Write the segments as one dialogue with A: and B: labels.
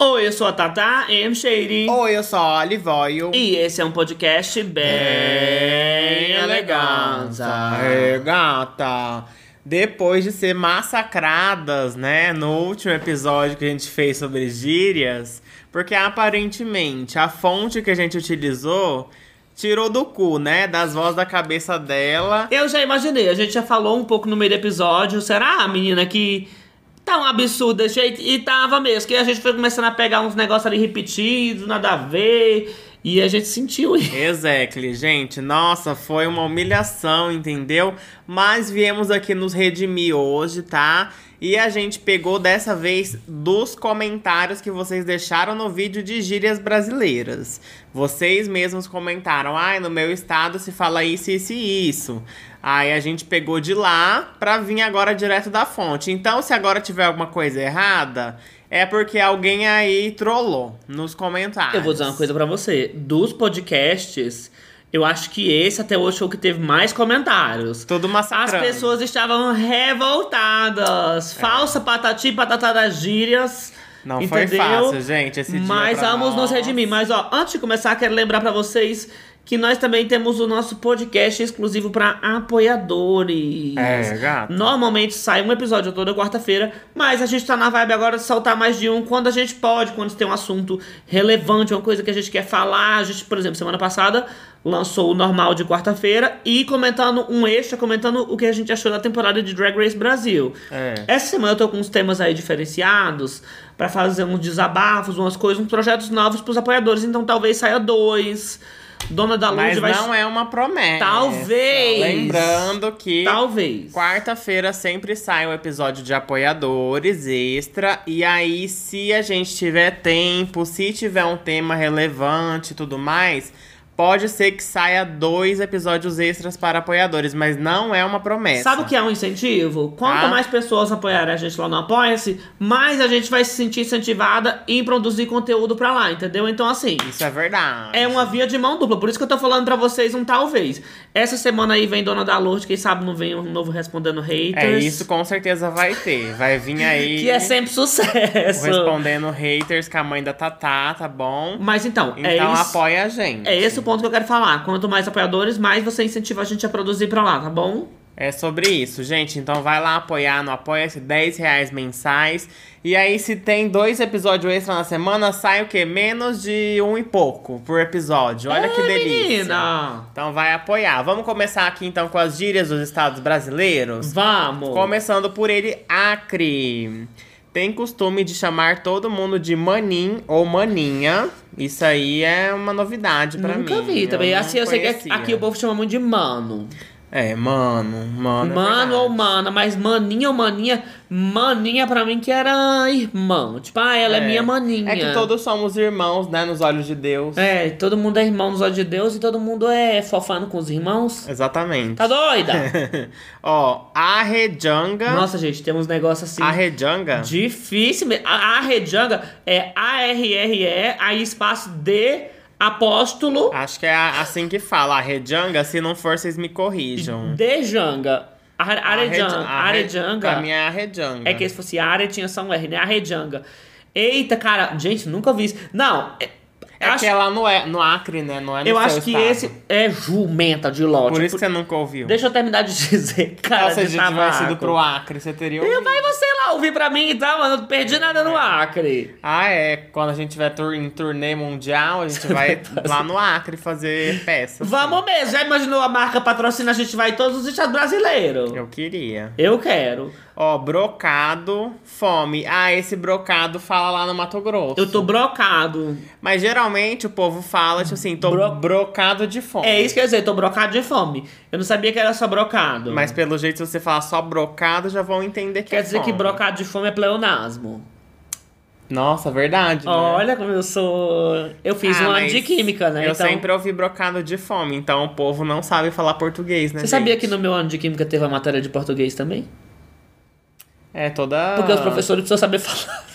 A: Oi, eu sou a Tata M. Shady.
B: Oi, eu sou a Livoio.
A: E esse é um podcast bem elegante.
B: É, gata. Depois de ser massacradas, né, no último episódio que a gente fez sobre gírias, porque aparentemente a fonte que a gente utilizou tirou do cu, né, das vozes da cabeça dela.
A: Eu já imaginei, a gente já falou um pouco no meio do episódio. Será a menina que tá um absurdo desse jeito? E tava mesmo, que a gente foi começando a pegar uns negócios ali repetidos, nada a ver. E a gente sentiu isso.
B: Exactly, gente. Nossa, foi uma humilhação, entendeu? Mas viemos aqui nos redimir hoje, tá? E a gente pegou dessa vez dos comentários que vocês deixaram no vídeo de gírias brasileiras. Vocês mesmos comentaram: ai, no meu estado se fala isso, isso e isso. Aí a gente pegou de lá pra vir agora direto da fonte. Então, se agora tiver alguma coisa errada, é porque alguém aí trollou nos comentários.
A: Eu vou dizer uma coisa pra você. Dos podcasts, eu acho que esse até hoje foi o que teve mais comentários.
B: Tudo
A: As
B: massacrando.
A: pessoas estavam revoltadas.
B: É.
A: Falsa patati patata das gírias.
B: Não
A: entendeu?
B: foi fácil, gente, esse dia
A: Mas
B: pra
A: vamos nos
B: nós.
A: redimir. Mas ó, antes de começar, quero lembrar pra vocês que nós também temos o nosso podcast exclusivo pra apoiadores.
B: É, gato.
A: Normalmente sai um episódio toda quarta-feira, mas a gente tá na vibe agora de soltar mais de um quando a gente pode, quando tem um assunto relevante, uma coisa que a gente quer falar. A gente, por exemplo, semana passada lançou o normal de quarta-feira e comentando um extra, comentando o que a gente achou da temporada de Drag Race Brasil.
B: É.
A: Essa semana eu tô com uns temas aí diferenciados pra fazer uns desabafos, umas coisas, uns projetos novos pros apoiadores, então talvez saia dois. Dona da Luz
B: Mas
A: vai
B: não é uma promessa.
A: Talvez.
B: Lembrando que
A: talvez.
B: quarta-feira sempre sai um episódio de apoiadores extra. E aí, se a gente tiver tempo, se tiver um tema relevante e tudo mais, pode ser que saia dois episódios extras para apoiadores, mas não é uma promessa.
A: Sabe o que é um incentivo? Quanto
B: Tá.
A: mais pessoas apoiarem a gente lá no Apoia-se, mais a gente vai se sentir incentivada em produzir conteúdo pra lá, entendeu? Então, assim,
B: Isso é verdade.
A: é uma via de mão dupla. Por isso que eu tô falando pra vocês um talvez. Essa semana aí vem Dona da Lourdes, quem sabe não vem um novo Respondendo Haters.
B: É isso, com certeza vai ter. Vai vir aí.
A: Que é sempre
B: o
A: sucesso.
B: Respondendo haters com a mãe da Tatá, tá bom?
A: Mas então, é
B: Então
A: isso.
B: apoia a gente.
A: É esse o ponto que eu quero falar. Quanto mais apoiadores, mais você incentiva a gente a produzir pra lá, tá bom?
B: É sobre isso, gente. Então vai lá apoiar no Apoia-se, R$ 10 reais mensais. E aí, se tem dois episódios extra na semana, sai o quê? Menos de um e pouco por episódio. Olha que
A: É,
B: delícia.
A: Menina!
B: Então vai apoiar. Vamos começar aqui então com as gírias dos estados brasileiros.
A: Vamos!
B: Começando por ele, Acre. Tem costume de chamar todo mundo de manin ou maninha. Isso aí é uma novidade pra mim.
A: Nunca vi também.
B: não
A: assim, eu sei que
B: conhecia.
A: aqui o povo chama muito de mano.
B: É, mano, mano. é
A: mano
B: verdade.
A: ou mana, mas maninha ou maninha, maninha pra mim que era irmão. Tipo, ah, ela é, minha maninha.
B: É que todos somos irmãos, né? Nos olhos de Deus.
A: É, todo mundo é irmão nos olhos de Deus e todo mundo é fofano com os irmãos.
B: Exatamente.
A: Tá doida?
B: Ó, arrejanga.
A: Nossa, gente, tem uns negócios assim.
B: Arrejanga?
A: Difícil mesmo. A, a Redjanga é A-R-R-E, aí espaço D, apóstolo,
B: Acho que é a- assim que fala. Arrejanga, se não for, vocês me corrijam.
A: D Janga. A- Arejanga. Arejanga.
B: Pra mim é arrejanga.
A: É que se fosse área, tinha só um R, né? Arrejanga. Eita, cara, gente, nunca vi isso. Não, é,
B: É
A: acho-
B: que é lá no, é, no Acre, né? Não é no
A: eu
B: seu
A: acho que
B: estado.
A: esse é jumenta de lote.
B: Por isso que você nunca ouviu.
A: Deixa eu terminar de dizer, cara.
B: Nossa, se a
A: de
B: gente tivesse
A: tabaco.
B: ido pro Acre, É. você teria
A: E
B: ouvido.
A: Vai você lá ouvir pra mim e tal, mano. Eu não perdi nada no Acre.
B: Ah, é. Quando a gente tiver tur- em turnê mundial, a gente vai lá no Acre fazer peça. assim.
A: Vamos mesmo. Já imaginou a marca patrocina? A gente vai em todos os estados brasileiros. Eu,
B: Eu queria.
A: quero.
B: Ó, brocado, fome. Ah, esse brocado fala lá no Mato Grosso.
A: Eu tô brocado.
B: Mas geralmente o povo fala, tipo assim, tô
A: Bro-
B: brocado de fome.
A: É isso que eu ia dizer, tô brocado de fome. Eu não sabia que era só brocado.
B: Mas pelo jeito, se você falar só brocado, já vão entender que
A: Quer
B: é
A: dizer que
B: fome.
A: brocado de fome é pleonasmo.
B: Nossa, verdade, né?
A: Olha como eu sou. Eu fiz
B: Ah,
A: um ano
B: mas
A: de química, né?
B: Eu
A: então,
B: sempre ouvi brocado de fome, então o povo não sabe falar português, né?
A: Você sabia
B: gente?
A: que no meu ano de química teve a matéria de português também?
B: É toda. Ah.
A: Porque os professores precisam saber falar.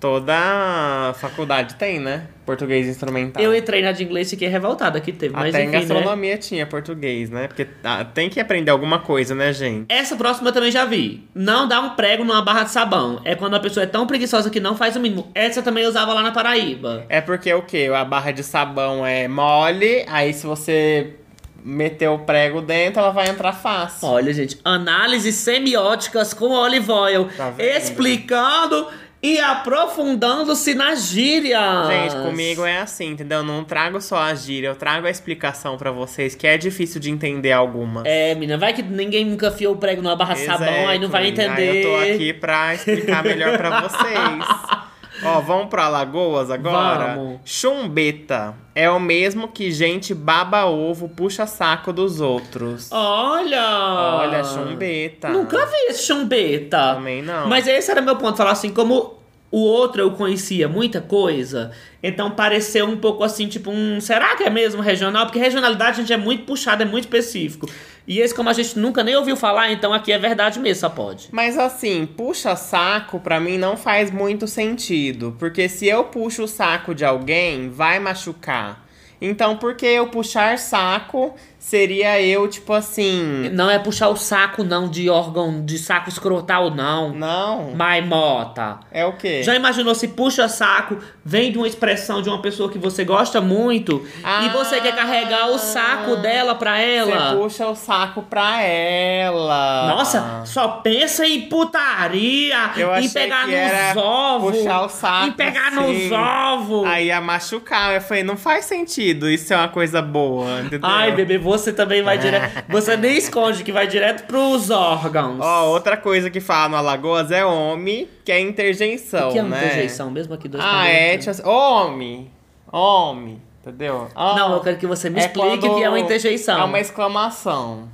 B: Toda faculdade tem, né? Português instrumental.
A: Eu entrei na de inglês e fiquei revoltada que teve, mas
B: Tá. Até em
A: enfim, né?
B: gastronomia tinha português, né? Porque ah, tem que aprender alguma coisa, né, gente?
A: Essa próxima eu também já vi. Não dá um prego numa barra de sabão. É quando a pessoa é tão preguiçosa que não faz o mínimo. Essa eu também usava lá na Paraíba.
B: É porque o quê? A barra de sabão é mole, aí se você meter o prego dentro, ela vai entrar fácil.
A: Olha, gente, análises semióticas com olive oil.
B: Tá vendo?
A: explicando e aprofundando-se na gíria.
B: Gente, comigo é assim, entendeu? Eu não trago só a gíria, eu trago a explicação pra vocês, que é difícil de entender alguma.
A: É, menina, vai que ninguém nunca enfiou o prego numa barra de sabão, aí não vai
B: Exatamente.
A: entender.
B: Aí eu tô aqui pra explicar melhor pra vocês. Ó, vamos pra Alagoas agora?
A: Vamos.
B: Chumbeta é o mesmo que gente baba ovo, puxa saco dos outros.
A: Olha!
B: Olha, chumbeta.
A: Ah. Nunca vi esse chumbeta.
B: Também não.
A: Mas esse era meu ponto, falar assim, como o outro eu conhecia muita coisa, então pareceu um pouco assim, tipo, um, será que é mesmo regional? Porque regionalidade, gente, é muito puxado, é muito específico. E esse, como a gente nunca nem ouviu falar, então aqui é verdade mesmo, só pode.
B: Mas assim, puxa saco pra mim não faz muito sentido, porque se eu puxo o saco de alguém, vai machucar. Então, por que eu puxar saco seria eu, tipo assim,
A: Não é puxar o saco, não, de órgão, de saco escrotal, não.
B: não?
A: Maimota.
B: É o quê?
A: Já imaginou se puxa saco, vem de uma expressão de uma pessoa que você gosta muito
B: Ah.
A: e você quer carregar o saco dela pra
B: Você
A: ela?
B: puxa o saco pra ela.
A: Nossa, só pensa em putaria,
B: Ah. Eu
A: em
B: achei
A: pegar
B: que era
A: nos ovos,
B: puxar o saco,
A: em pegar nos
B: assim.
A: ovos.
B: Aí ia machucar. Eu falei, não faz sentido isso é uma coisa boa, entendeu?
A: Ai, bebê, você também vai direto. Você nem esconde que vai direto pros órgãos.
B: Ó, outra coisa que fala no Alagoas é homem, que é interjeição,
A: que é uma
B: né?
A: interjeição, mesmo aqui dois
B: Ah,
A: também,
B: é,
A: né?
B: tipo assim, homem, homem, entendeu? Ah,
A: Não, eu quero que você me
B: é
A: explique
B: quando
A: que é uma interjeição.
B: É uma exclamação,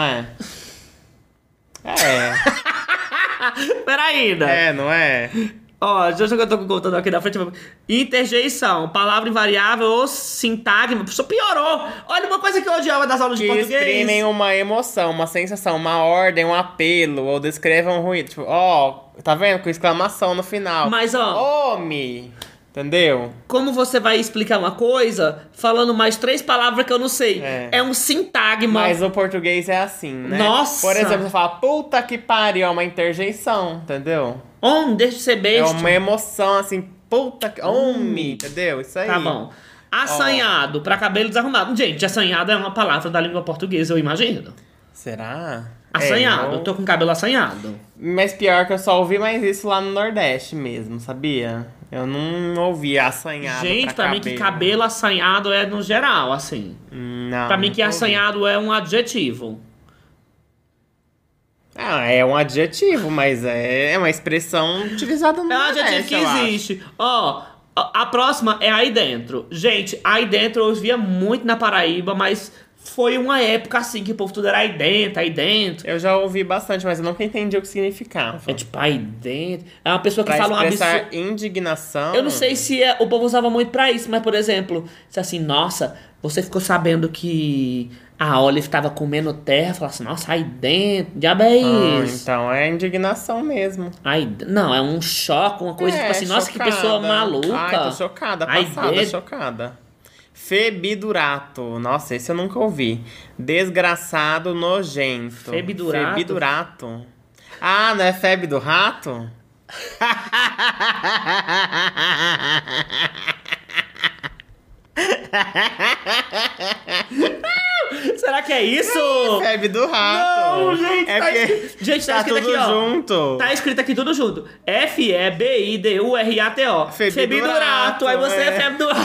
B: é? É,
A: Peraí, né?
B: é, não é?
A: Ó, deixa eu ver que eu tô com o computador aqui na frente. Interjeição, palavra invariável ou sintagma. Só piorou. Olha, uma coisa que eu odiava das aulas
B: Que
A: de português.
B: exprimem uma emoção, uma sensação, uma ordem, um apelo, ou descrevam um ruído. Tipo, ó, tá vendo? Com exclamação no final.
A: Mas, ó,
B: Homem, entendeu?
A: como você vai explicar uma coisa falando mais três palavras que eu não sei?
B: É.
A: É, um sintagma.
B: Mas o português é assim, né?
A: Nossa!
B: Por exemplo, você fala, puta que pariu, é uma interjeição, entendeu?
A: On, deixa de ser
B: É
A: besta.
B: uma emoção assim, puta que. Homem, entendeu? Isso aí.
A: Tá bom. Assanhado, pra cabelo desarrumado. Gente, assanhado é uma palavra da língua portuguesa, eu imagino.
B: Será?
A: Assanhado,
B: É, eu-
A: eu tô com cabelo assanhado.
B: Mas pior que eu só ouvi mais isso lá no Nordeste mesmo, sabia? Eu não ouvi assanhado.
A: Gente, pra mim que cabelo assanhado é no geral, assim.
B: Não.
A: Pra mim que
B: nunca ouvi.
A: assanhado é um adjetivo.
B: Ah, é um adjetivo, mas é, é uma expressão utilizada no
A: É um adjetivo
B: Nordeste,
A: que
B: eu acho.
A: existe. Ó, a a próxima é aí dentro. Gente, aí dentro eu via muito na Paraíba, mas foi uma época assim que o povo tudo era aí dentro, aí dentro.
B: Eu já ouvi bastante, mas eu nunca entendi o que significava.
A: É tipo aí dentro. É uma pessoa que
B: pra
A: fala um
B: expressar
A: absurdo.
B: indignação.
A: Eu não sei se é- o povo usava muito pra isso, mas por exemplo, se assim, nossa, você ficou sabendo que a Olive tava comendo terra, fala assim, nossa, aí dentro, diabo é
B: Ah,
A: isso.
B: então é indignação mesmo.
A: Aí, não, é um choque, uma coisa
B: É,
A: tipo assim, nossa, que
B: chocada.
A: pessoa maluca.
B: Ai, tô chocada,
A: Ai,
B: passada,
A: dedo.
B: chocada. Febidurato. Nossa, esse eu nunca ouvi. Desgraçado, nojento.
A: Febidurato?
B: Febidurato. Ah, não é febre do rato?
A: Será que é isso?
B: febre do rato.
A: Não, gente,
B: é
A: tá
B: porque
A: escrito- gente, tá
B: tá
A: escrito
B: tudo
A: aqui, ó.
B: junto.
A: Tá escrito aqui tudo junto. F-E-B-I-D-U-R-A-T-O. Febidurato.
B: Febidurato,
A: Aí você é
B: é.
A: Febidurato.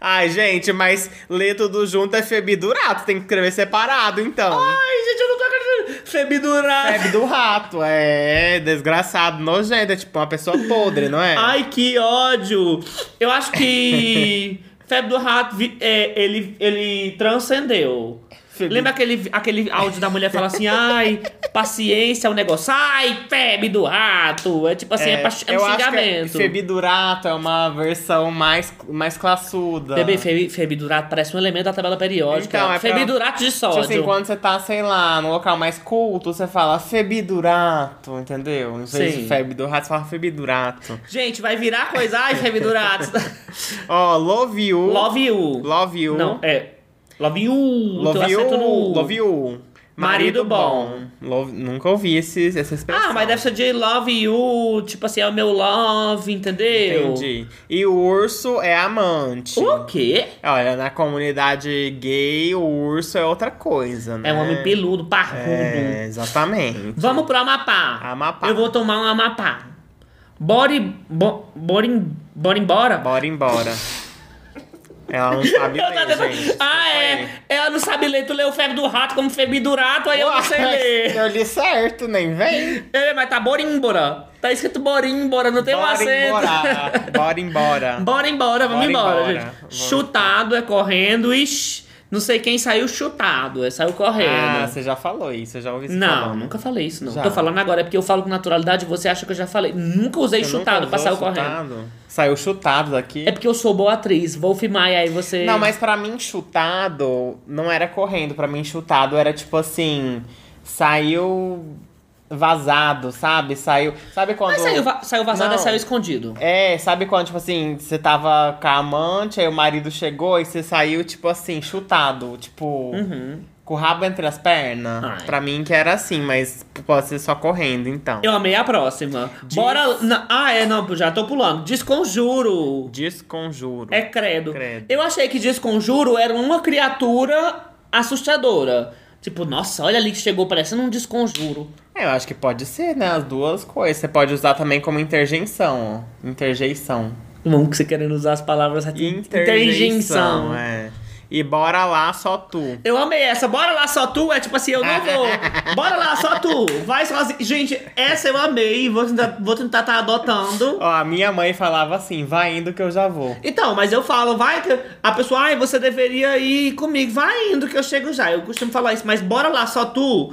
B: Ai, gente, mas ler tudo junto é febidurato. Tem que escrever separado, então.
A: Ai, gente, eu não tô acreditando. Febidurato.
B: Febre do rato. É desgraçado, nojento. É tipo uma pessoa podre, não é?
A: Ai, que ódio. Eu acho que... Febidurato, vi- é, ele, ele transcendeu. Lembra aquele, aquele áudio da mulher fala assim: ai, paciência é um negócio. Ai, febre do rato. É tipo assim, é, pra- é um
B: eu acho que é-
A: xingamento.
B: Febidurato é uma versão mais, mais classuda.
A: Bebê, febre, febre do rato parece um elemento da tabela periódica.
B: Tá. Então, é pra-
A: Febidurato de
B: Tipo
A: sódio.
B: assim, quando você tá, sei lá, num local mais culto, você fala febidurato, entendeu? Em vez
A: Sim.
B: de febre do rato, você fala febidurato.
A: Gente, vai virar coisa. Ai, febidurato.
B: Ó, love you.
A: Love you.
B: Love you.
A: Não, é. Love you.
B: Love
A: teu
B: you.
A: acento no...
B: Love you.
A: Marido
B: Love- nunca ouvi esse, essa expressão.
A: Ah, mas deve ser de love you. Tipo assim, é o meu love, entendeu?
B: Entendi. E o urso é amante.
A: O quê?
B: Olha, na comunidade gay, o urso é outra coisa, né?
A: É um homem peludo, parrudo.
B: É, exatamente.
A: Vamos pro Amapá.
B: Amapá.
A: Eu vou tomar um Amapá. Bora, e- bo, bora, em- bora embora?
B: Bora embora. Ela não sabe
A: Eu tava-
B: ler,
A: ah,
B: gente. Desculpa aí.
A: é. Ela não sabe ler. Tu leu Febre do Rato como Febre do Rato, aí eu não sei
B: Uai,
A: ler.
B: Eu li certo, nem vem.
A: É, mas tá bora embora. Tá escrito bora embora, não tem um
B: Bora
A: acento.
B: embora. Bora embora.
A: Bora embora, vamos
B: Bora
A: embora,
B: embora.
A: gente.
B: Vamos.
A: Chutado é correndo e sh- não sei quem saiu chutado, é saiu correndo.
B: Ah, você já falou isso, eu já ouvi você
A: não,
B: falando.
A: nunca falei isso, não.
B: Já.
A: Tô falando agora, é porque eu falo com naturalidade, você acha que eu já falei. Nunca usei
B: Você nunca
A: chutado pra
B: usou
A: sair correndo.
B: chutado? Saiu chutado daqui.
A: É porque eu sou boa atriz, Wolf Maia, aí você...
B: Não, mas pra mim chutado não era correndo, pra mim chutado era tipo assim, saiu vazado, sabe? Saiu, sabe quando
A: Mas saiu, va- saiu vazado,
B: Não.
A: aí saiu escondido.
B: É, sabe quando tipo assim, você tava com a amante, aí o marido chegou e você saiu tipo assim, chutado, tipo com o rabo entre as pernas.
A: Uhum. Ai.
B: Pra mim que era assim, mas pode ser só correndo, então.
A: Eu amei a próxima. Bora... na- Ah, é, não, já tô pulando. Desconjuro.
B: Desconjuro.
A: É credo.
B: Credo.
A: Eu achei que desconjuro era uma criatura assustadora. Tipo, nossa, olha ali que chegou parecendo um desconjuro.
B: É, eu acho que pode ser, né? As duas coisas. Você pode usar também como interjeição, ó. Interjeição.
A: Não que você querendo usar as palavras aqui.
B: Interjeição, é. E bora lá, só tu.
A: Eu amei essa. Bora lá só tu. É tipo assim, eu não vou. Bora lá só tu. Vai sozinho. Gente, essa eu amei. Vou tentar vou tentar tá adotando.
B: Ó, a minha mãe falava assim, vai indo que eu já vou.
A: Então, mas eu falo, vai que a pessoa, ai, você deveria ir comigo, vai indo que eu chego já. Eu costumo falar isso, mas bora lá, só tu.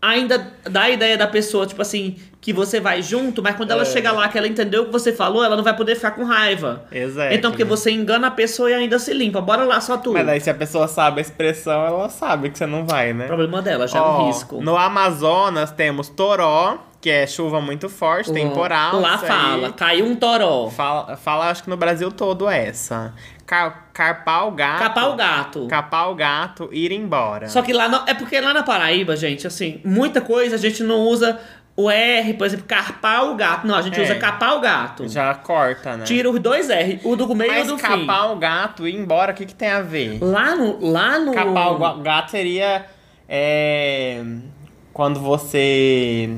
A: Ainda dá a ideia da pessoa, tipo assim, que você vai junto, mas quando
B: É.
A: ela chega lá que ela entendeu o que você falou, ela não vai poder ficar com raiva.
B: Exato. né?
A: Então, porque você engana a pessoa e ainda se limpa. Bora lá, só tu.
B: É, Mas daí se a pessoa sabe a expressão, ela sabe que você não vai, né?
A: Problema dela, já é
B: Ó,
A: um risco.
B: No Amazonas temos toró, que é chuva muito forte, temporal.
A: Lá
B: isso aí.
A: fala, caiu um toró.
B: Fala, fala, acho que no Brasil todo é essa. Car, carpar o gato.
A: Capar o gato.
B: Capar o gato, ir embora.
A: Só que lá não, é porque lá na Paraíba, gente, assim, muita coisa a gente não usa o R, por exemplo, carpar o gato. Não, a gente
B: É.
A: usa capar o gato.
B: Já corta, né?
A: Tira os dois R, o do meio e
B: Mas
A: o do fim.
B: capar o gato e ir embora, o que, que tem a ver?
A: Lá no, lá no
B: Capar o gua- gato seria. é, quando você.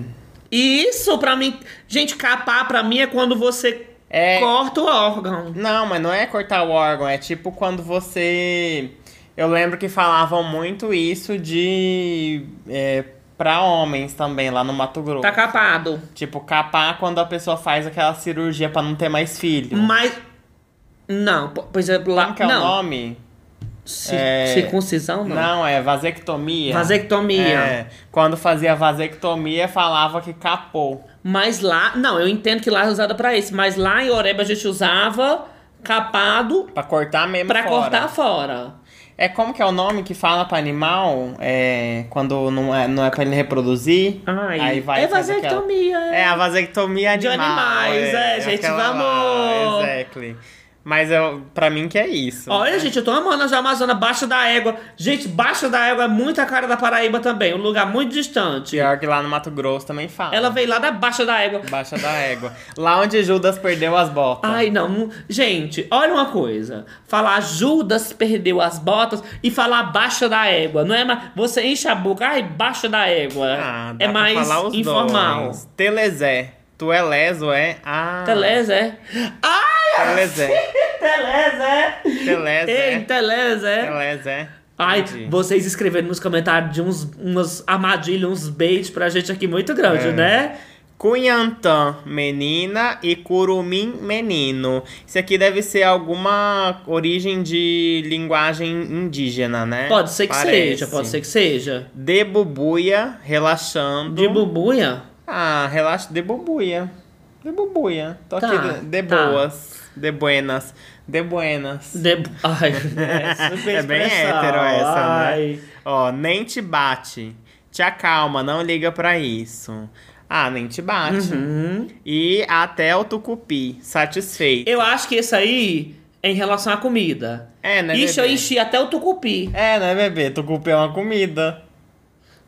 A: Isso pra mim, gente, capar pra mim é quando você
B: É.
A: corta o órgão.
B: Não, mas não é cortar o órgão, é tipo quando você. Eu lembro que falavam muito isso de. É, pra homens também, lá no Mato Grosso.
A: Tá capado.
B: Tipo, capar quando a pessoa faz aquela cirurgia pra não ter mais filho.
A: Mas não, po- por exemplo, Hum, lá
B: Como que é
A: não.
B: o nome?
A: Ci-
B: É.
A: Circuncisão não.
B: Não, é vasectomia.
A: Vasectomia.
B: É, quando fazia vasectomia, falava que capou.
A: Mas lá, não, eu entendo que lá é usada pra isso, mas lá em Oreba a gente usava capado
B: Pra cortar mesmo
A: pra
B: fora.
A: cortar fora.
B: É como que é o nome que fala pra animal? É, quando não é, não é pra ele reproduzir.
A: Ai,
B: aí vai
A: é
B: e faz aquela-
A: vasectomia. é.
B: É, a vasectomia
A: De
B: animal.
A: animais, é, gente,
B: aquela lá,
A: vamos!
B: Exactly. Mas eu, pra mim que é isso.
A: Olha, gente, eu tô amando a Amazônia, Baixa da Égua. Gente, Baixa da Égua é muito a cara da Paraíba também, um lugar muito distante.
B: Pior que lá no Mato Grosso também fala.
A: Ela veio lá da Baixa da Égua.
B: Baixa da égua. Lá onde Judas perdeu as botas.
A: Ai, não. não- Gente, olha uma coisa. Falar Judas perdeu as botas e falar baixa da égua. Não é mais. Você enche a boca, ai, baixa da égua.
B: Ah, dá
A: é
B: pra
A: mais
B: falar os
A: informal.
B: dois. Telezé. Tu é leso, é? Ah.
A: Teleza, é. Ai!
B: Telezé.
A: Teleza, é. Ei,
B: Telezé.
A: Teleza, é.
B: Telezé.
A: Ai,
B: Entendi.
A: vocês escrevendo nos comentários de uns, umas armadilhas, uns bait pra gente aqui muito grande,
B: É.
A: né?
B: Cunhantã, menina, e Curumim, menino. Isso aqui deve ser alguma origem de linguagem indígena, né?
A: Pode ser que
B: Parece.
A: seja, pode ser que seja.
B: De bubuia, relaxando.
A: De bubuia?
B: Ah, relaxa. De bubuia. De bubuia. Tô
A: Tá,
B: aqui de, de
A: tá.
B: boas. De buenas. De buenas.
A: De... Ai, é, super
B: É bem
A: expressão,
B: hétero essa, né?
A: ai.
B: Ó, nem te bate. Te acalma, não liga pra isso. Ah, nem te bate.
A: Uhum.
B: E até o tucupi, satisfeito.
A: Eu acho que isso aí é em relação à comida.
B: É, né,
A: Ixi, eu
B: bebê?
A: enchi até o tucupi.
B: É, né, bebê? Tucupi é uma comida.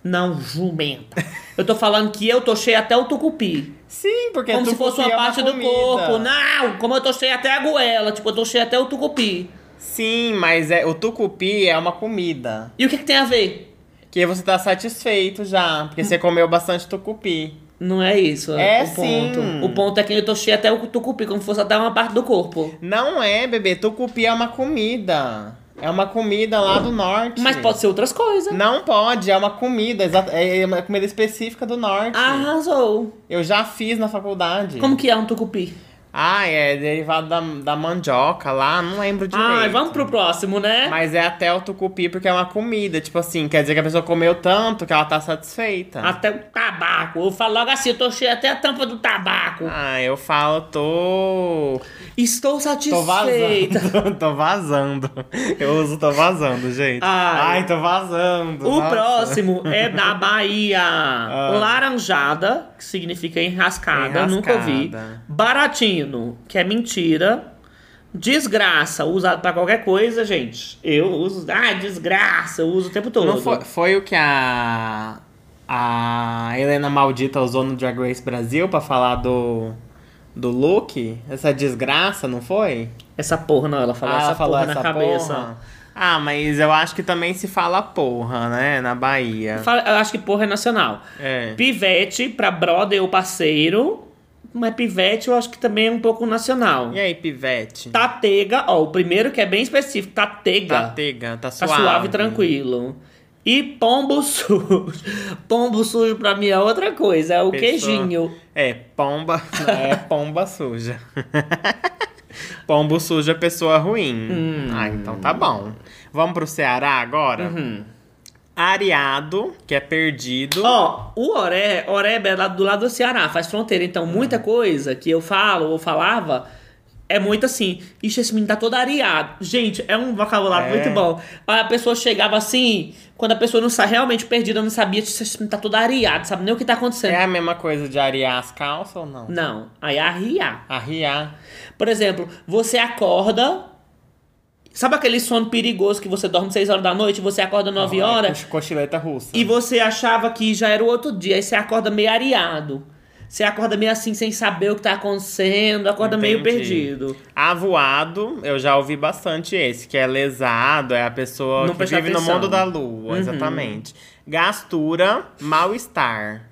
A: Não, jumenta. Eu tô falando que eu tô cheia até o tucupi.
B: Sim, porque
A: como se
B: tucupi
A: fosse uma
B: é
A: parte do
B: comida.
A: corpo. né? Não, como eu tô cheia até a goela. Tipo, eu tô cheia até o tucupi.
B: Sim, mas é, o tucupi é uma comida.
A: E o que, que tem a ver?
B: Que você tá satisfeito já, porque você comeu bastante tucupi.
A: Não é isso.
B: É
A: o ponto.
B: sim.
A: O ponto é que eu tô cheia até o tucupi, como se fosse até uma parte do corpo.
B: Não é, bebê. Tucupi é uma comida. É uma comida lá do norte.
A: Mas pode ser outras coisas.
B: Não pode, é uma comida, exa- é é uma comida específica do norte.
A: Arrasou.
B: Eu já fiz na faculdade.
A: Ah. Como que é um tucupi?
B: Ah, é derivado da, da mandioca lá, não lembro direito.
A: Ai, vamos pro próximo, né?
B: Mas é até o tucupi porque é uma comida, tipo assim, quer dizer que a pessoa comeu tanto que ela tá satisfeita.
A: Até o tabaco. Eu falo logo assim, eu tô cheia até a tampa do tabaco.
B: Ah, eu falo, tô.
A: Estou
B: Tô
A: satisfeita.
B: vazando. tô vazando. Eu uso tô vazando, gente.
A: Ai.
B: tô vazando.
A: O
B: nossa.
A: próximo é da Bahia.
B: Ah.
A: Laranjada, que significa enrascada,
B: Enrascada.
A: nunca ouvi. Baratino, que é mentira. Desgraça, usado pra qualquer coisa, gente. Eu uso. Ah, desgraça, eu uso o tempo todo.
B: Não foi, foi o que a. A Helena Maldita usou no Drag Race Brasil pra falar do. Do look? Essa desgraça, não foi?
A: Essa porra, não, ela falou
B: Ah,
A: essa porra na cabeça.
B: porra. Ah, mas eu acho que também se fala porra, né? Na Bahia.
A: Fala- Eu acho que porra é nacional.
B: É.
A: Pivete, pra brother ou parceiro. Mas pivete eu acho que também é um pouco nacional.
B: E aí, pivete?
A: Tá Tatega, ó, o primeiro que é bem específico,
B: Tá
A: tatega.
B: tega, tá
A: Tá
B: suave.
A: suave, e tranquilo. E pombo sujo. Pombo sujo pra mim é outra coisa, é o
B: Pessoa-
A: queijinho.
B: É, pomba. não, É pomba suja. Pombo sujo é pessoa ruim.
A: Hum.
B: Ah, então tá bom. Vamos pro Ceará agora?
A: Uhum.
B: Areado, que é perdido.
A: Ó, o Oré, Oreb é lá do lado do Ceará, faz fronteira. Então,
B: Hum.
A: muita coisa que eu falo ou falava é muito assim. Ixi, esse menino tá todo areado. Gente, é um vocabulário
B: É.
A: muito bom. A pessoa chegava assim, quando a pessoa não está realmente perdida, não sabia, "Ixi, esse menino tá todo areado, sabe nem o que tá acontecendo.
B: É a mesma coisa de arear as calças ou não?
A: Não, aí é arriar.
B: Arriar.
A: Por exemplo, você acorda. Sabe aquele sono perigoso que você dorme 6 horas da noite, você acorda 9 horas
B: É, co- Cochileta russa.
A: e você achava que já era o outro dia, aí você acorda meio areado. Você acorda meio assim, sem saber o que tá acontecendo, acorda meio
B: Entendi.
A: perdido.
B: Avoado, eu já ouvi bastante esse, que é lesado, é a pessoa
A: Não
B: que
A: prestar
B: vive no
A: atenção. Uhum.
B: mundo da lua, exatamente. Gastura, mal-estar.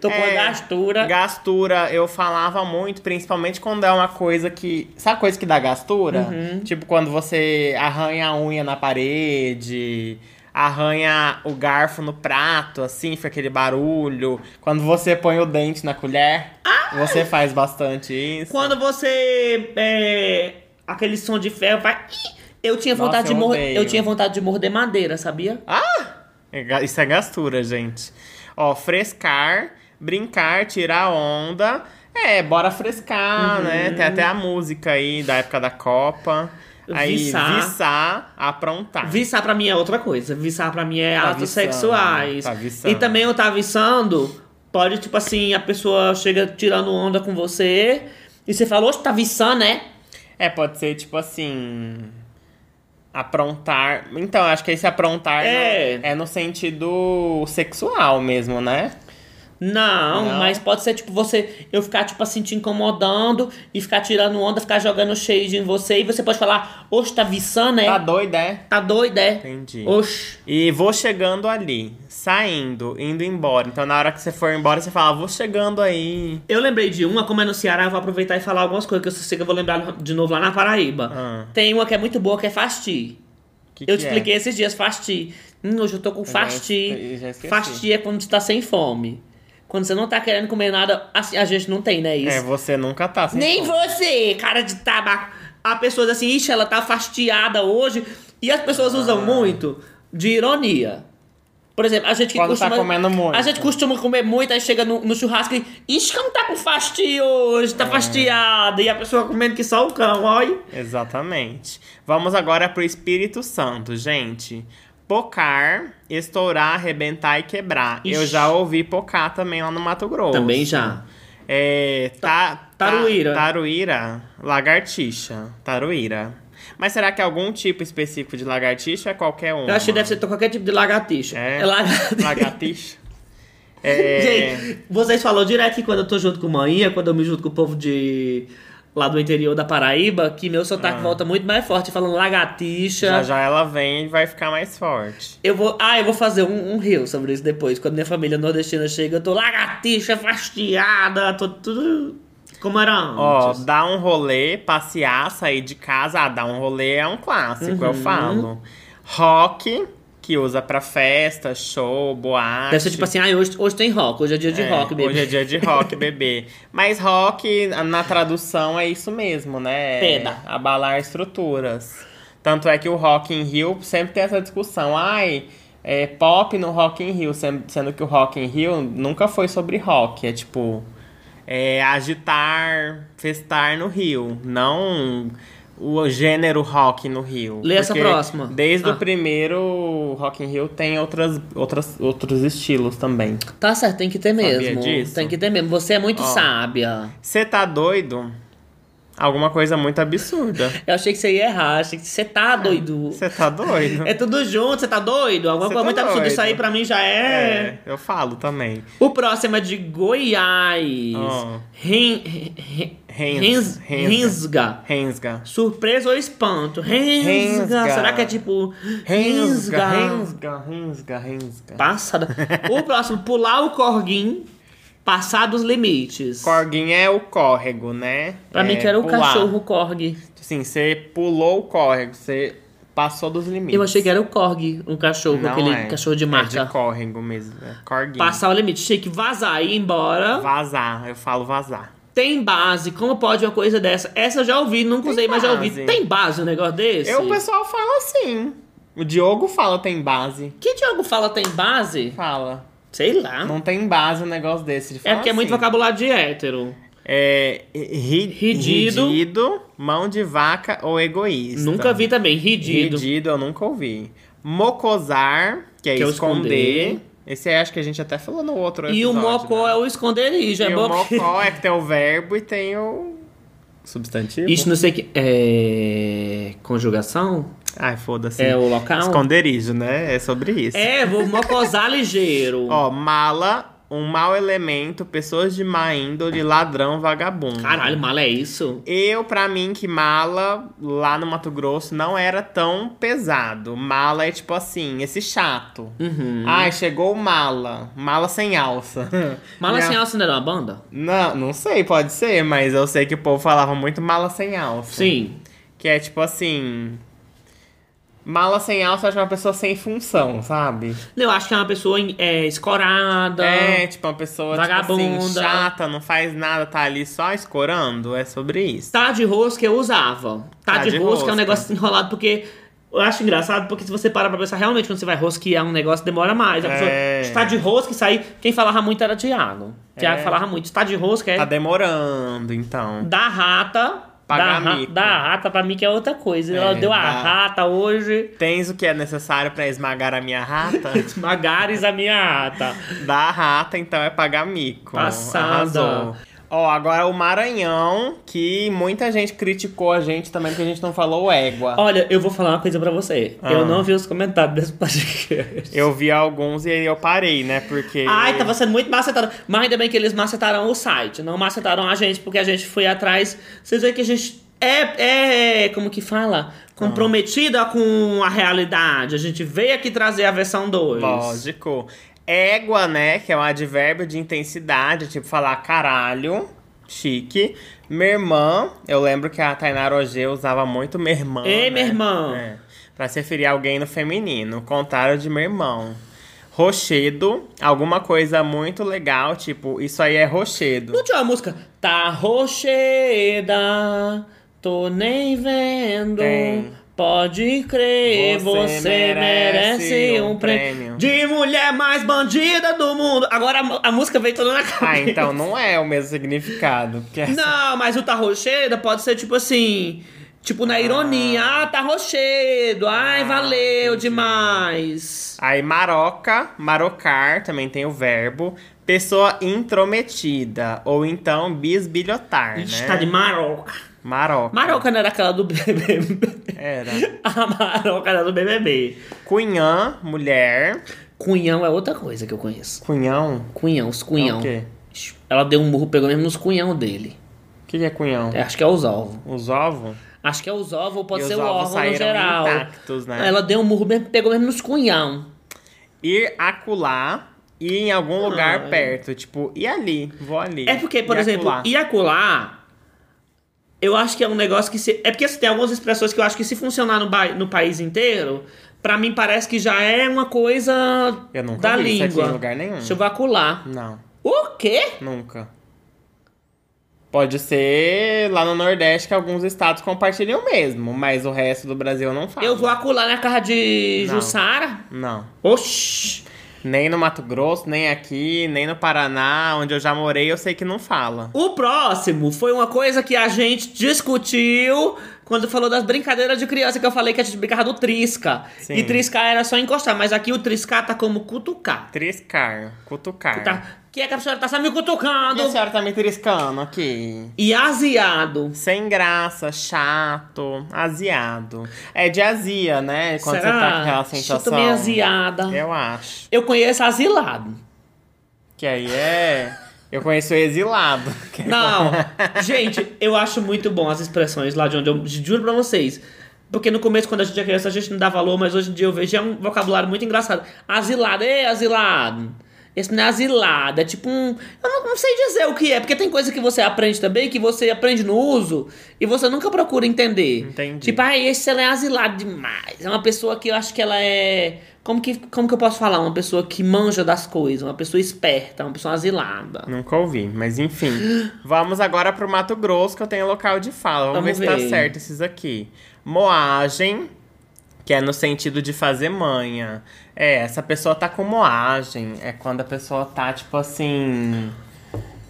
A: Tô com
B: É,
A: a gastura.
B: Gastura, eu falava muito, principalmente quando é uma coisa que. Sabe coisa que dá gastura?
A: Uhum.
B: Tipo quando você arranha a unha na parede, arranha o garfo no prato, assim, fica aquele barulho. Quando você põe o dente na colher, você faz bastante isso.
A: Quando você. é, aquele som de ferro vai. "Ih!", Eu tinha
B: Nossa,
A: vontade
B: eu
A: de morder.
B: odeio.
A: Eu tinha vontade de morder madeira, sabia?
B: É ga- Isso é gastura, gente. Ó, frescar, brincar, tirar onda. É, bora frescar, né? Tem até a música aí da época da Copa. Aí,
A: Viçar.
B: viçar, aprontar.
A: Viçar pra mim é outra coisa. Viçar pra mim é
B: Tá
A: atos
B: viçando,
A: sexuais.
B: tá viçando.
A: E também o tá viçando pode, tipo assim, a pessoa chega tirando onda com você e você fala, oxe, tá viçando, né?
B: É, pode ser tipo assim. Aprontar. Então, acho que esse aprontar
A: É.
B: no, é no sentido sexual mesmo, né?
A: Não,
B: Não.
A: mas pode ser, tipo, você eu ficar, tipo assim, te incomodando e ficar tirando onda, ficar jogando shade em você e você pode falar, oxe, tá viçando, né?
B: Tá
A: Tá,
B: doido, é?
A: doido, é?
B: Entendi.
A: Oxe.
B: E vou chegando ali, saindo, indo embora. Então, na hora que você for embora, você fala, "Ah, vou chegando aí.
A: Eu lembrei de uma, como é no Ceará, eu vou aproveitar e falar algumas coisas que eu sei que eu vou lembrar de novo lá na Paraíba.
B: Ah.
A: Tem uma que é muito boa, que é fasti.
B: Que
A: eu
B: que
A: te
B: é?
A: expliquei esses dias, fasti. Hum, hoje eu tô com
B: já esque-
A: fasti.
B: eu já esqueci.
A: Fasti é quando você tá sem fome. Quando você não tá querendo comer nada, assim, a gente não tem, né? Isso.
B: É, você nunca tá. sem
A: Nem
B: fome.
A: você, cara de tabaco. A pessoa diz assim, ixi, ela tá fastiada hoje. E as pessoas
B: Ah.
A: usam muito de ironia. Por exemplo, a gente que
B: Quando tá
A: costuma.
B: comendo muito.
A: A gente costuma comer muito, aí chega no, no churrasco e. Ixi, como tá com fastio hoje,
B: É.
A: tá fastiada. E a pessoa comendo que só o cão, olha.
B: Exatamente. Vamos agora pro Espírito Santo, gente. Pocar, estourar, arrebentar e quebrar. Eu
A: Ixi.
B: já ouvi pocar também lá no Mato Grosso.
A: Também já.
B: É, ta, ta-
A: taruíra.
B: Taruíra. Lagartixa. Taruíra. Mas será que é algum tipo específico de lagartixa ou é qualquer um?
A: Eu acho que deve ser qualquer tipo de lagartixa.
B: É,
A: lagartixa.
B: lagartixa. É,
A: Gente, vocês falam direto que quando eu tô junto com manhã, quando eu me junto com o povo de. lá do interior da Paraíba, que meu sotaque volta muito mais forte, falando lagartixa.
B: Ah. já já ela vem e vai ficar mais forte.
A: Eu vou. Ah, eu vou fazer um, um rio sobre isso depois. Quando minha família nordestina chega, eu tô lagartixa, fastiada, tô tudo. Como era
B: Ó,
A: antes.
B: dar um rolê, passear, sair de casa. Ah, dar um rolê é um clássico, eu falo. Rock, que usa pra festa, show, boate.
A: Deve ser tipo assim, ah, hoje, hoje tem rock, hoje é dia de
B: É,
A: rock, bebê.
B: Hoje é dia de rock, bebê. Mas rock, na tradução, é isso mesmo, né? É
A: Peda.
B: Abalar estruturas. Tanto é que o Rock in Rio sempre tem essa discussão. Ai, é pop no Rock in Rio. sem- Sendo que o Rock in Rio nunca foi sobre rock. É tipo, é, agitar, festar no Rio. Não o gênero rock no Rio.
A: Lê essa
B: Porque
A: próxima.
B: Desde
A: Ah.
B: o primeiro Rock in Rio tem outras, outras, outros estilos também.
A: Tá certo, tem que ter
B: Sabia
A: mesmo.
B: disso?
A: Tem que ter mesmo. Você é muito sábia.
B: Você tá doido? Alguma coisa muito absurda.
A: Eu achei que você ia errar, achei que você
B: É.
A: tá doido.
B: Você tá doido?
A: É tudo junto, você tá doido? Alguma
B: Cê
A: coisa
B: tá
A: muito absurda.
B: doido.
A: Isso aí pra mim já é.
B: É, eu falo também.
A: O próximo é de Goiás.
B: Ó.
A: Ren- re- Rens-
B: Rens-
A: Rensga.
B: Rensga.
A: Surpresa ou espanto? Rensga.
B: Rensga.
A: Será que é tipo. Rensga.
B: Rensga, rensga, rensga, rensga.
A: Passada. o próximo, pular o corguinho, passar dos limites.
B: Corguinho é o córrego, né?
A: Pra mim,
B: É,
A: que era o
B: pular.
A: cachorro corgi.
B: Assim, você pulou o córrego, você passou dos limites.
A: Eu achei que era o corgi, um cachorro,
B: Não
A: aquele
B: é.
A: cachorro de marca.
B: É de córrego mesmo, é corguinho.
A: Passar o limite. Tinha que vazar e ir embora.
B: Vazar, eu falo vazar.
A: Tem base, como pode uma coisa dessa? Essa eu já ouvi, nunca usei, mas já ouvi.
B: base.
A: Tem base um negócio desse?
B: Eu, o pessoal fala assim. O Diogo fala tem base.
A: Que Diogo fala tem base?
B: Fala.
A: Sei lá.
B: Não tem base um negócio desse. De
A: é
B: falar
A: porque é muito
B: assim.
A: vocabulário de hétero.
B: É, ri, ridido.
A: Ridido.
B: mão de vaca ou egoísta.
A: Nunca vi também, ridido.
B: Ridido. eu nunca ouvi. Mocosar, que é
A: Que é o
B: esconder.
A: esconder.
B: Esse aí acho que a gente até falou no outro
A: E o
B: episódio,
A: mocó
B: né?
A: é o esconderijo, é
B: E
A: bom.
B: o mocó é que tem o verbo e tem o substantivo.
A: Isso não sei que. É. Conjugação?
B: Ai, foda-se.
A: É o local?
B: Esconderijo, né? É sobre isso.
A: É, vou mocosar ligeiro.
B: Ó, mala, um mau elemento, pessoas de má índole, ladrão, vagabundo.
A: Caralho, mala é isso?
B: Eu, pra mim, que mala lá no Mato Grosso não era tão pesado. Mala é tipo assim, esse chato.
A: Uhum.
B: Ai, chegou o mala. Mala sem alça.
A: Mala
B: Minha-
A: sem alça não era uma banda?
B: Não, não sei, pode ser, mas eu sei que o povo falava muito mala sem alça.
A: Sim.
B: Que é tipo assim. Mala sem alça eu acho é uma pessoa sem função, sabe?
A: Não, Eu acho que é uma pessoa é, escorada.
B: É, tipo, uma pessoa tipo assim,
A: Vagabunda.
B: chata, não faz nada, tá ali só escorando. É sobre isso.
A: Tá de rosca eu usava. Tá, de, rosca, é
B: rosca.
A: um negócio enrolado, porque. Eu acho engraçado, porque se você parar pra pensar, realmente, quando você vai rosquear um negócio, demora mais. A
B: É.
A: pessoa tá de rosca e sair. Quem falava muito era Tiago. Tiago
B: É.
A: falava muito. Está de rosca é
B: Tá demorando, então.
A: da rata. Da,
B: Pagar
A: ra
B: mico.
A: da rata pra mim que é outra coisa.
B: É,
A: Ela deu a
B: da-
A: rata hoje.
B: Tens o que é necessário pra esmagar a minha rata?
A: Magares a minha rata.
B: da rata, então, é pagar mico.
A: Passada.
B: Arrasou. Ó, agora o Maranhão, que muita gente criticou a gente também, porque a gente não falou égua.
A: Olha, eu vou falar uma coisa pra você.
B: Ah.
A: Eu não vi os comentários desse podcast.
B: Eu vi alguns e aí eu parei, né? Porque.
A: Ai, tava sendo muito macetado. Mas ainda bem que eles macetaram o site, não macetaram a gente, porque a gente foi atrás. Vocês veem que a gente é, é como que fala?
B: Ah.
A: Comprometida com a realidade. A gente veio aqui trazer a versão 2.
B: Lógico. Égua, né? Que é um advérbio de intensidade, tipo falar caralho, chique. Minha irmã, eu lembro que a Tainara Ogê usava muito minha irmã.
A: Ei,
B: né?
A: minha irmã.
B: É, pra se referir a alguém no feminino, o contrário de meu irmão. rochedo, alguma coisa muito legal, tipo, isso aí é rochedo.
A: Não tinha uma música? Tá rocheda, tô nem vendo.
B: Tem.
A: Pode crer,
B: Você
A: você, merece,
B: merece
A: um
B: um
A: prêmio.
B: prêmio.
A: De mulher mais bandida do mundo. Agora a, mu- a música veio toda na cabeça.
B: Ah, então não é o mesmo significado. Porque é essa-
A: Não, mas o tá rocheda pode ser tipo assim. Tipo na ironia. Ah, tá rochedo. Ai,
B: Ah,
A: valeu
B: entendi.
A: demais.
B: Aí maroca, marocar, também tem o verbo. Pessoa intrometida, ou então bisbilhotar,
A: Ixi,
B: né?
A: tá de maroca.
B: Maroca.
A: Maroca não era aquela do BBB.
B: Era.
A: A maroca era do BBB.
B: Cunhã, mulher.
A: Cunhão é outra coisa que eu conheço.
B: Cunhão?
A: Cunhão, os cunhão.
B: É o quê?
A: Ixi, Ela deu um murro, pegou mesmo nos cunhão dele.
B: O que, que é cunhão?
A: É, acho que é os ovos.
B: Os ovos?
A: Acho que é os ovos ou pode
B: E
A: ser
B: os
A: o órgão
B: ovos
A: no
B: saíram
A: geral.
B: intactos, né?
A: Ela deu um murro, mesmo, pegou mesmo nos cunhão.
B: Ir acular, ir em algum lugar
A: Ai.
B: perto. Tipo, ir ali, vou ali.
A: Ah, É porque, por
B: Ir
A: exemplo,
B: acular.
A: iacular, eu acho que é um negócio que se. É porque assim, tem algumas expressões que eu acho que se funcionar no, ba- no país inteiro, pra mim parece que já é uma coisa
B: Eu nunca
A: da
B: vi isso
A: língua.
B: aqui em lugar nenhum.
A: Deixa eu vacular.
B: Não,
A: O quê?
B: nunca. Pode ser lá no Nordeste que alguns estados compartilham mesmo, mas o resto do Brasil não fala.
A: Eu vou acular na casa de
B: Não.
A: Jussara?
B: Não.
A: Oxi!
B: Nem no Mato Grosso, nem aqui, nem no Paraná, onde eu já morei, eu sei que não fala.
A: O próximo foi uma coisa que a gente discutiu quando falou das brincadeiras de criança, que eu falei que a gente brincava do trisca.
B: Sim.
A: E triscar era só encostar, mas aqui o triscar tá como cutucar.
B: Triscar, cutucar.
A: Tá, que é que a senhora tá só me
B: E a
A: cutucando?
B: senhora tá me triscando aqui?
A: E aziado.
B: Sem graça, chato, aziado. É de azia, né? Quando
A: Será?
B: você tá com aquela
A: Eu
B: sensação.
A: tô meio aziada.
B: Eu acho.
A: Eu conheço asilado.
B: Que aí é. Eu conheço o exilado. Que é
A: Não, gente, eu acho muito bom as expressões lá de onde eu juro pra vocês. Porque no começo, quando a gente é criança, a gente não dá valor, mas hoje em dia eu vejo é um vocabulário muito engraçado. Asilado, ei, asilado. Esse não é asilado, é tipo um. Eu não, não sei dizer o que é, porque tem coisa que você aprende também, que você aprende no uso e você nunca procura entender.
B: Entendi.
A: Tipo, ah, esse ela é asilado demais. É uma pessoa que eu acho que ela é. Como que, como que eu posso falar? Uma pessoa que manja das coisas, uma pessoa esperta, uma pessoa asilada.
B: Nunca ouvi, mas enfim. Vamos agora pro Mato Grosso, que eu tenho local de fala. Vamos,
A: Vamos
B: ver, se
A: ver.
B: tá certo esses aqui. Moagem, que é no sentido de fazer manha. É, essa pessoa tá com moagem. É quando a pessoa tá, tipo assim.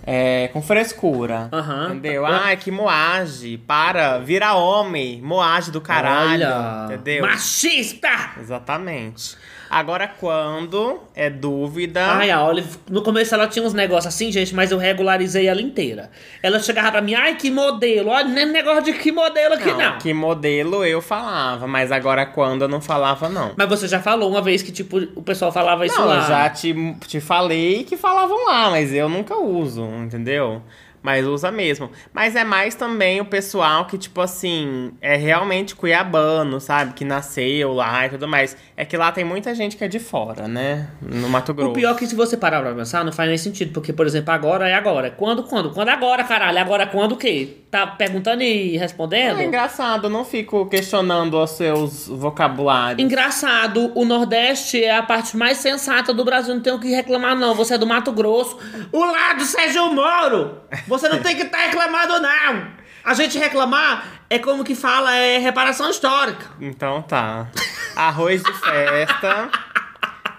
B: É, com frescura.
A: Aham.
B: Entendeu? Ai, que moage. Para, vira homem. Moage do caralho.
A: Olha,
B: Entendeu?
A: Machista!
B: Exatamente. Agora, quando é dúvida.
A: Ai, a Olive, no começo ela tinha uns negócios assim, gente, mas eu regularizei ela inteira. Ela chegava pra mim, ai, que modelo. Olha, nem negócio de que modelo aqui, não.
B: Que modelo eu falava, mas agora quando eu não falava, não.
A: Mas você já falou uma vez que, tipo, o pessoal falava isso
B: não,
A: lá.
B: eu já te, te falei que falavam lá, mas eu nunca uso, entendeu? Mas usa mesmo. Mas é mais também o pessoal que, tipo assim, é realmente cuiabano, sabe? Que nasceu lá e tudo mais. É que lá tem muita gente que é de fora, né? No Mato Grosso.
A: O pior é que se você parar pra pensar, não faz nem sentido. Porque, por exemplo, agora é agora. Quando, quando? Quando agora, caralho? Agora quando o quê? Tá perguntando e respondendo?
B: É engraçado, eu não fico questionando os seus vocabulários.
A: Engraçado, o Nordeste é a parte mais sensata do Brasil, não tem o que reclamar, não. Você é do Mato Grosso. O lado Sérgio Moro! Você não tem que estar reclamando, não! A gente reclamar é como que fala, é reparação histórica.
B: Então tá. Arroz de festa.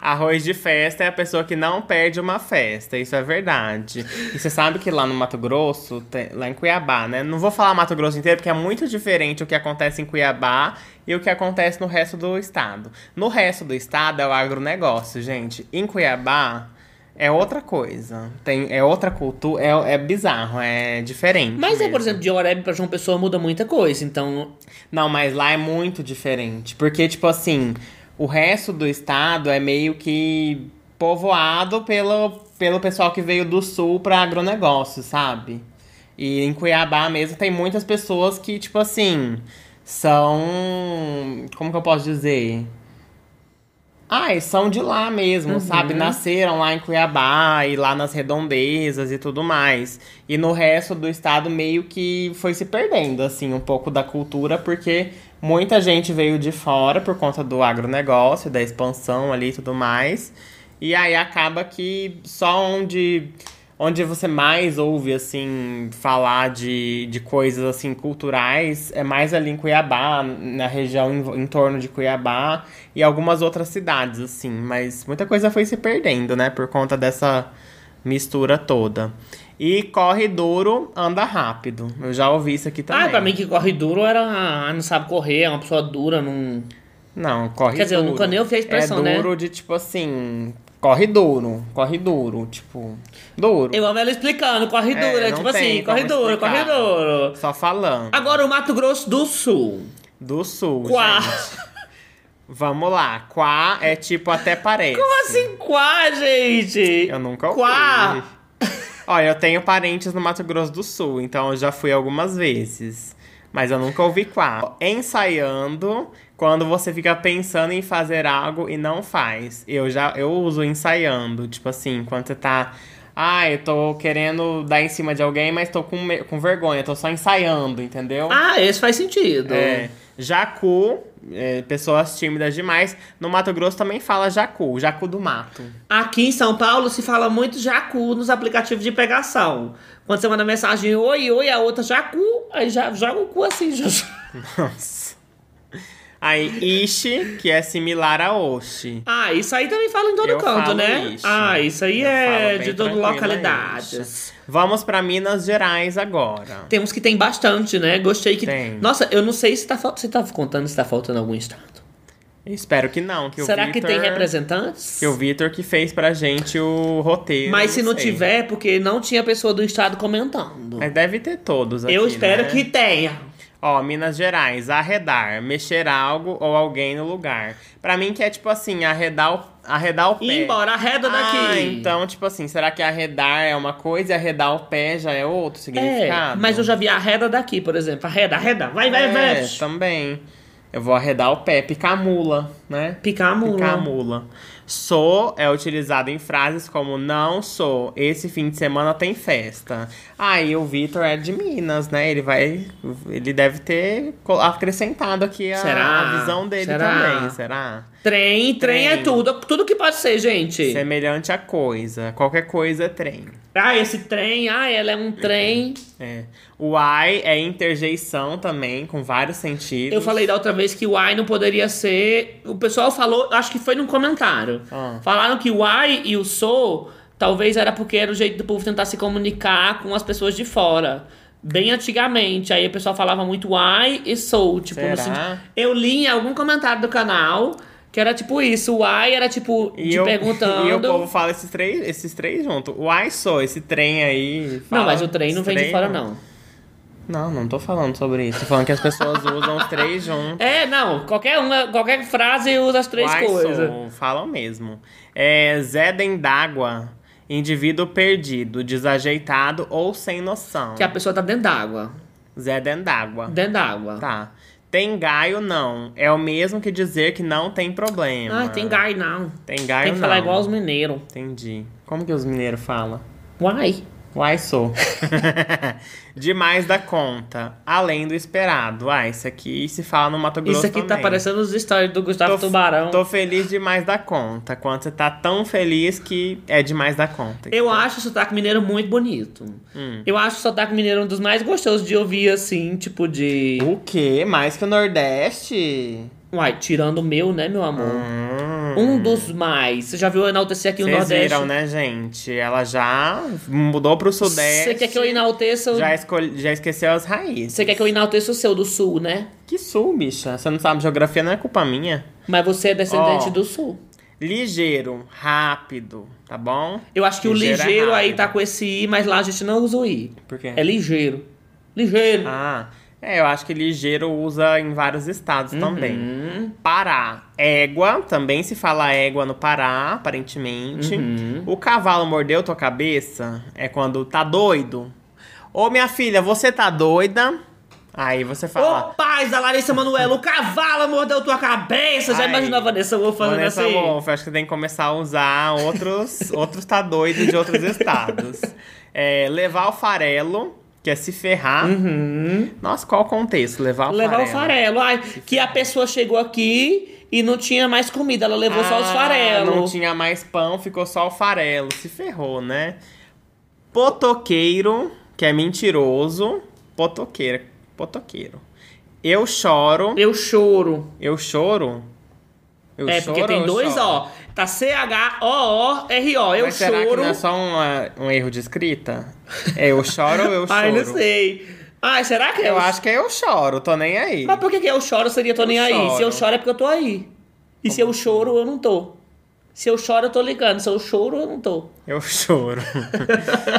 B: Arroz de festa é a pessoa que não perde uma festa, isso é verdade. E você sabe que lá no Mato Grosso, tem- lá em Cuiabá, né? Não vou falar Mato Grosso inteiro porque é muito diferente o que acontece em Cuiabá e o que acontece no resto do estado. No resto do estado é o agronegócio, gente. Em Cuiabá é outra coisa. Tem, é outra cultura, é, é bizarro, é diferente.
A: Mas é,
B: mesmo.
A: por exemplo, de Oreb pra João Pessoa muda muita coisa, então.
B: Não, mas lá é muito diferente. Porque, tipo assim, o resto do estado é meio que povoado pelo, pelo pessoal que veio do sul pra agronegócio, sabe? E em Cuiabá mesmo tem muitas pessoas que, tipo assim, são. Como que eu posso dizer? Ah, eles são de lá mesmo, sabe? Nasceram lá em Cuiabá e lá nas redondezas e tudo mais. E no resto do estado meio que foi se perdendo, assim, um pouco da cultura, porque muita gente veio de fora por conta do agronegócio, da expansão ali e tudo mais. E aí acaba que só onde onde você mais ouve assim falar de, de coisas assim culturais é mais ali em Cuiabá, na região em, em torno de Cuiabá e algumas outras cidades assim, mas muita coisa foi se perdendo, né, por conta dessa mistura toda. E corre duro, anda rápido. Eu já ouvi isso aqui também.
A: Ah, pra mim que corre duro era. ah, Não sabe correr, é uma pessoa dura, não.
B: Não, corre
A: Quer dizer, eu
B: duro.
A: nunca nem ouvi a expressão,
B: É
A: né?
B: duro de tipo assim, corre duro, corre duro, tipo, duro.
A: Eu amo ela explicando, corre
B: É,
A: duro. É,
B: não
A: tipo
B: tem
A: assim,
B: como
A: corre duro, corre
B: explicar.
A: duro.
B: Só falando.
A: Agora o Mato Grosso do Sul.
B: Do sul,
A: Quá.
B: gente. Vamos lá. Quá é tipo até parece.
A: Como assim, quá, gente?
B: Eu nunca ouvi.
A: Quá.
B: Olha, eu tenho parentes no Mato Grosso do Sul, então eu já fui algumas vezes. Mas eu nunca ouvi quá. Ensaiando, quando você fica pensando em fazer algo e não faz. Eu já eu uso ensaiando, tipo assim, quando você tá. Ah, eu tô querendo dar em cima de alguém, mas tô com, me- com vergonha, tô só ensaiando, entendeu?
A: Ah, esse faz sentido.
B: É, jacu, é, pessoas tímidas demais. No Mato Grosso também fala jacu, jacu do mato.
A: Aqui em São Paulo se fala muito jacu nos aplicativos de pegação. Quando você manda mensagem, oi, oi, a outra jacu, aí já joga o cu assim. Já...
B: Nossa. Aí, ishi, que é similar a oshi.
A: Ah, isso aí também fala em todo
B: Eu
A: canto,
B: falo
A: né?
B: isso.
A: Ah, isso aí
B: Eu
A: é
B: falo bem
A: de toda
B: tranquila
A: localidade.
B: isso. Vamos pra Minas Gerais agora.
A: Tem uns que tem bastante, né? Gostei que.
B: Tem.
A: Nossa, eu não sei se tá, fal- você tá contando se tá faltando algum estado.
B: Eu espero que não, que
A: Será
B: o Vitor...
A: que tem representantes?
B: Que o Vitor que fez pra gente o roteiro.
A: Mas se não
B: sei.
A: tiver, é porque não tinha pessoa do estado comentando.
B: Mas deve ter todos aqui,
A: eu espero
B: né?
A: que tenha.
B: Ó, Minas Gerais, arredar, mexer algo ou alguém no lugar. Pra mim que é tipo assim, arredar o, arredar o pé.
A: E embora, arreda daqui.
B: Ah, então, tipo assim, será que arredar é uma coisa e arredar o pé já é outro
A: É,
B: significado?
A: mas eu já vi arreda daqui, por exemplo. Arreda, arreda. Vai, vai,
B: É,
A: vai.
B: também. Eu vou arredar o pé, picar a mula, né?
A: Picar a mula.
B: Picar a mula. Sou é utilizado em frases como não sou, esse fim de semana tem festa. Aí o Vitor é de Minas, né? Ele vai. Ele deve ter co- acrescentado aqui a,
A: Será?
B: a visão dele
A: Será?
B: também, será?
A: Trem, trem, é
B: Trem.
A: tudo. Tudo que pode ser, gente.
B: Semelhante a coisa. Qualquer coisa é trem.
A: Ah, esse trem, ah, ela é um trem.
B: É. O I é interjeição também, com vários sentidos.
A: Eu falei da outra vez que o I não poderia ser. O pessoal falou, acho que foi num comentário.
B: Ah.
A: Falaram que o I e o sou talvez era porque era o jeito do povo tentar se comunicar com as pessoas de fora. Bem antigamente. Aí o pessoal falava muito I e sou. Tipo, no
B: Será?
A: sentido- Eu li em algum comentário do canal que era tipo isso. O I era tipo
B: E
A: de
B: eu-
A: perguntando.
B: E o povo fala esses três, esses três juntos. O I sou, esse trem aí. fala
A: não, mas o trem não
B: esse
A: vem de
B: trem,
A: fora, não.
B: Não, não tô falando sobre isso. Tô falando que as pessoas usam os três juntos.
A: É, não. Qualquer, uma, qualquer frase usa as três
B: I
A: coisas.
B: sou, falam mesmo. É, Zedem d'água, indivíduo perdido, desajeitado ou sem noção.
A: Que a pessoa tá dentro d'água.
B: Zedem d'água.
A: Dentro d'água.
B: Tá. Tem gaio, não. É o mesmo que dizer que não tem problema.
A: Ah, tem gai não.
B: Tem gaio,
A: Tem que falar
B: é. não.
A: igual os mineiros.
B: Entendi. Como que os mineiros falam?
A: Uai.
B: Uai, sou. Demais da conta. Além do esperado. Ah, isso aqui se fala no Mato Grosso
A: Isso aqui tá
B: também.
A: parecendo os stories do Gustavo
B: Tô-
A: Tubarão.
B: Tô feliz demais da conta. Quando você tá tão feliz que é demais da conta. Hum.
A: Eu acho o sotaque mineiro muito bonito. Eu acho o sotaque mineiro um dos mais gostosos de ouvir, assim, tipo de...
B: O quê? Mais que o Nordeste?
A: Uai, tirando o meu, né, meu amor?
B: Hum.
A: Um dos mais. Você já viu eu enaltecer aqui o
B: Vocês
A: Nordeste?
B: viram, né, gente? Ela já mudou pro Sudeste.
A: Você quer que eu enalteça o...
B: já, é escolhe- já esqueceu as raízes.
A: Você quer que eu enalteça o seu do Sul, né?
B: Que sul, bicha? Você não sabe geografia, não é culpa minha.
A: Mas você é descendente
B: Ó.
A: do Sul.
B: Ligeiro, rápido, tá bom?
A: Eu acho que
B: Ligeiro
A: o
B: é
A: ligeiro aí
B: rápido.
A: tá com esse I, mas lá a gente não usa o I.
B: Por quê?
A: É ligeiro. Ligeiro.
B: Ah, é, eu acho que ligeiro usa em vários estados também.
A: Hum.
B: Pará, égua, também se fala égua no Pará, aparentemente.
A: Uhum.
B: O cavalo mordeu tua cabeça é quando tá doido. Ô minha filha, você tá doida? Aí você fala.
A: Ô, paz da Larissa Manoela, o cavalo mordeu tua cabeça. Já
B: Ai,
A: imaginou a Vanessa Wolf fazendo
B: Vanessa
A: assim?
B: Wolff, acho que tem que começar a usar outros, outros tá doido de outros estados. É, levar o farelo, que é se ferrar. Nossa, qual o contexto? Levar o
A: Uhum. Levar
B: farelo.
A: o farelo. Ai, que a pessoa chegou aqui e não tinha mais comida, ela levou só os
B: Ah,
A: farelos.
B: Não tinha mais pão, ficou só o farelo. Se ferrou, né? Potoqueiro, que é mentiroso. Potoqueira. Potoqueiro. Eu choro.
A: Eu choro.
B: Eu choro. Eu
A: é,
B: choro
A: porque tem
B: ou
A: dois
B: choro?
A: ó. Tá C-H-O-O-R-O. Eu
B: Mas
A: choro.
B: será que não é só uma- um erro de escrita? É eu choro ou eu choro?
A: Ai, não sei. Ai, será que é
B: Eu
A: o-
B: acho que é eu choro, tô nem aí.
A: Mas por que, que eu choro seria tô nem
B: Eu
A: aí? Se eu
B: choro. assim?
A: choro é porque eu tô aí. E se eu choro, eu não tô. Se eu choro, eu tô ligando. Se eu choro, eu não tô.
B: Eu choro.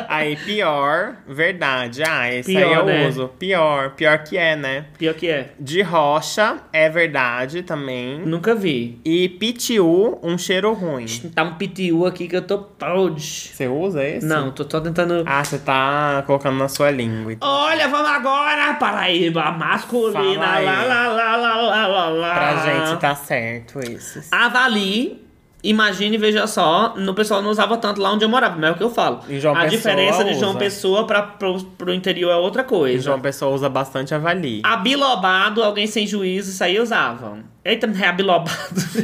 B: aí, pior, verdade. Ah, esse aí
A: Pior,
B: eu
A: né?
B: uso. Pior, pior que é, né?
A: Pior que é.
B: De rocha, é verdade também.
A: Nunca vi.
B: E pitiu, um cheiro ruim.
A: Tá um PTU aqui que eu tô podre.
B: Você usa esse?
A: Não, tô, tô tentando.
B: Ah, você tá colocando na sua língua. então.
A: Olha, vamos agora! Paraíba masculina.
B: Fala aí.
A: Lá, lá, lá, lá, lá, lá, lá.
B: Pra gente tá certo isso.
A: Ah. Avalie, imagine, veja só, no pessoal não usava tanto lá onde eu morava, mas é o que eu falo.
B: Em João
A: a
B: Pessoa
A: diferença de João
B: usa.
A: Pessoa pra, pro, pro interior é outra
B: E
A: coisa.
B: João Pessoa usa bastante
A: Ah.
B: avalie.
A: Abilobado, alguém sem juízo, isso aí usavam. Eita, me vê abilobado.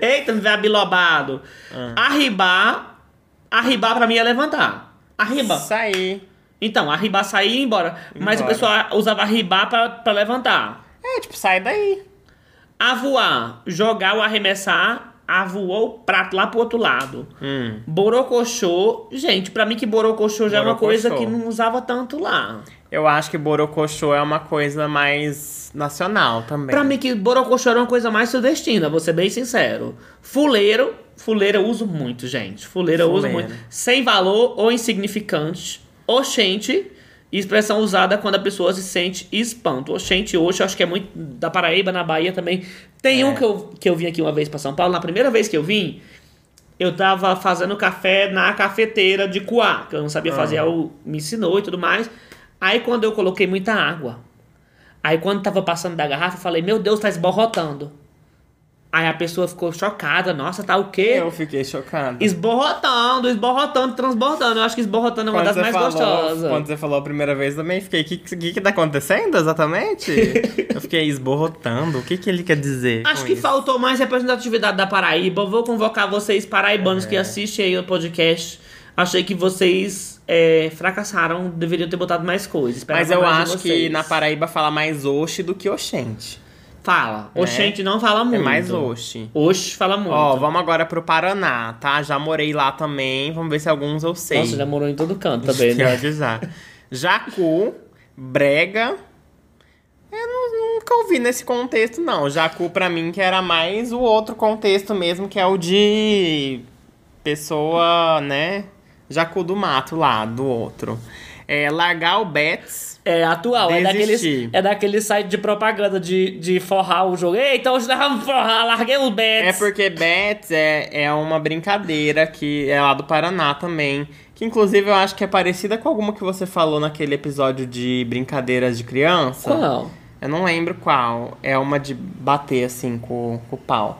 A: Eita, me vê abilobado.
B: Ah.
A: Arribar, arribar pra mim é levantar. Arriba.
B: Isso aí.
A: Então, arribar sair e ir embora. Mas o
B: Embora.
A: pessoal usava arribar pra, pra levantar.
B: É, tipo, sai daí.
A: Avoar, jogar ou arremessar, avoou o prato lá pro outro lado.
B: Hum.
A: Borocochô, gente, pra mim que borocochô já é uma
B: Borocochô.
A: coisa que não usava tanto lá.
B: Eu acho que Borocochô é uma coisa mais nacional também.
A: Pra mim que borocochô era uma coisa mais sudestina, vou ser bem sincero. Fuleiro, fuleira eu uso muito, gente. Fuleira eu uso
B: Fuleiro.
A: muito. Sem valor ou insignificante. Oxente, expressão usada quando a pessoa se sente espanto. Oxente, hoje, acho que é muito da Paraíba, na Bahia também. Tem
B: É.
A: um que eu, que eu vim aqui uma vez pra São Paulo, na primeira vez que eu vim, eu tava fazendo café na cafeteira de Cuá, que eu não
B: Ah.
A: sabia fazer, eu me ensinou e tudo mais. Aí quando eu coloquei muita água, aí quando tava passando da garrafa, eu falei, meu Deus, tá esborrotando. Aí a pessoa ficou chocada, nossa, tá o quê?
B: Eu fiquei chocado.
A: Esborrotando, esborrotando, transbordando. Eu acho que esborrotando é uma das mais gostosas.
B: Quando você falou a primeira vez também, fiquei, o que, que que tá acontecendo exatamente? eu fiquei esborrotando, o que que ele quer dizer
A: Acho
B: com
A: que
B: isso?
A: faltou mais representatividade da Paraíba. Eu Vou convocar vocês paraibanos
B: É.
A: que assistem aí o podcast. Achei que vocês é, fracassaram, deveriam ter botado mais coisas. Esperava
B: Mas eu
A: mais de
B: acho que
A: vocês.
B: na Paraíba fala mais oxe do que oxente.
A: Fala.
B: Né?
A: Oxente não fala
B: É
A: muito.
B: mais oxe.
A: Oxe fala muito.
B: Ó, vamos agora pro Paraná, tá? Já morei lá também, vamos ver se alguns eu sei.
A: Nossa, já morou em todo canto também, né?
B: Pior que já. Jacu, brega. Eu não- nunca ouvi nesse contexto, não. Jacu, pra mim, que era mais o outro contexto mesmo, que é o de pessoa, né? Jacu do mato lá, do outro. É, largar o Betts.
A: É atual, é daquele,
B: Desistir.
A: é daquele site de propaganda de, de forrar o jogo. Eita, hoje nós vamos forrar, larguei o bet.
B: É porque Betts é, é uma brincadeira que é lá do Paraná também. Que inclusive eu acho que é parecida com alguma que você falou naquele episódio de brincadeiras de criança.
A: Qual?
B: Eu não lembro qual. É uma de bater assim com, com o pau.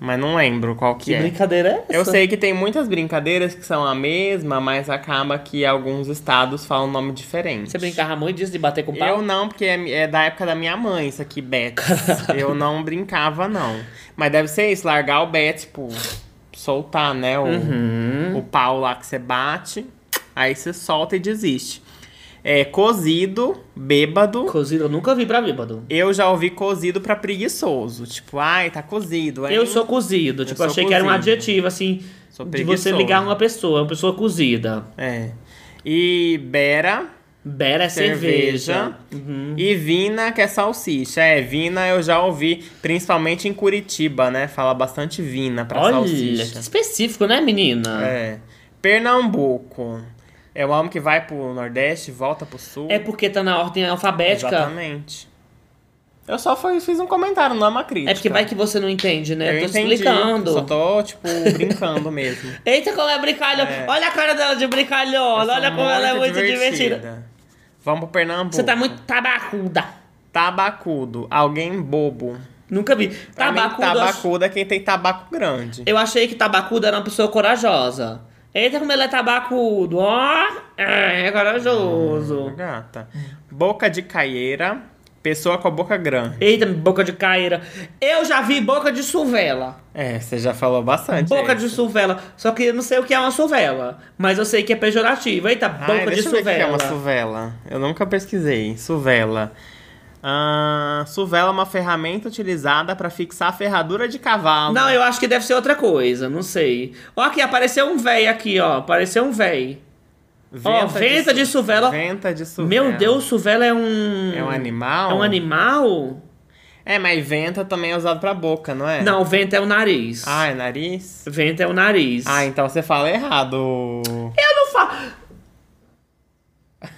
B: Mas não lembro qual que,
A: Que
B: é.
A: brincadeira é essa?
B: Eu sei que tem muitas brincadeiras que são a mesma, mas acaba que alguns estados falam um nome diferente.
A: Você brincava muito disso de bater com pau?
B: Eu não, porque é, é da época da minha mãe, isso aqui, Betis. Eu não brincava, não. Mas deve ser isso, largar o bet, tipo, soltar, né? O,
A: Uhum. Hum.
B: o pau lá que você bate, aí você solta e desiste. É, cozido, bêbado.
A: Cozido eu nunca vi pra bêbado.
B: Eu já ouvi cozido pra preguiçoso. Tipo, ai, tá cozido, hein?
A: Eu sou cozido. Tipo,
B: sou
A: achei que era um
B: cozido.
A: adjetivo, assim,
B: Sou
A: de
B: preguiçoso.
A: você ligar uma pessoa, uma pessoa cozida.
B: É. E Bera,
A: Bera é cerveja.
B: cerveja. E Vina, que é salsicha. É, Vina eu já ouvi, principalmente em Curitiba, né? Fala bastante Vina pra
A: Olha, que
B: salsicha.
A: específico, né, menina?
B: É. Pernambuco. É o homem que vai pro Nordeste, volta pro Sul.
A: É, porque tá na ordem alfabética. É
B: Exatamente. Eu só fui- fiz um comentário, não é uma crítica.
A: É porque vai que você não entende, né?
B: Eu
A: tô
B: entendi,
A: explicando.
B: Só tô, tipo, brincando mesmo.
A: Eita, como é brincalhona. Olha a cara dela de brincalhona.
B: Eu
A: Olha
B: sou
A: como ela é muito divertida.
B: tá Vamos pro Pernambuco.
A: Você tá muito tabacuda.
B: Tabacudo. Alguém bobo.
A: Nunca vi.
B: Pra mim,
A: Tabacuda. eu ach-
B: tabacudo é quem tem tabaco grande.
A: Eu achei que tabacuda era uma pessoa corajosa. Eita, como ele é tabacudo, ó. É, é corajoso.
B: Gata. Boca de caieira, pessoa com a boca grande.
A: Eita, boca de caíra. Eu já vi boca de suvela.
B: É, você já falou bastante.
A: Boca
B: é
A: de
B: isso.
A: suvela. Só que eu não sei o que é uma suvela. Mas eu sei que é pejorativo. Eita, boca
B: Ai,
A: de
B: deixa eu ver o
A: suvela.
B: que é uma suvela. Eu nunca pesquisei. Suvela. Ah, suvela é uma ferramenta utilizada para fixar a ferradura de cavalo.
A: Não, eu acho que deve ser outra coisa, não sei. Ó, aqui, apareceu um véi aqui, ó. Apareceu um véi. ó, venta de suvela.
B: Venta de suvela.
A: Meu Deus, suvela é um.
B: É um animal?
A: É um animal?
B: É, mas venta também é usado pra boca, não é?
A: Não, vento é o nariz.
B: Ah, é nariz?
A: Vento é o nariz.
B: Ah, então você fala errado
A: Eu não falo.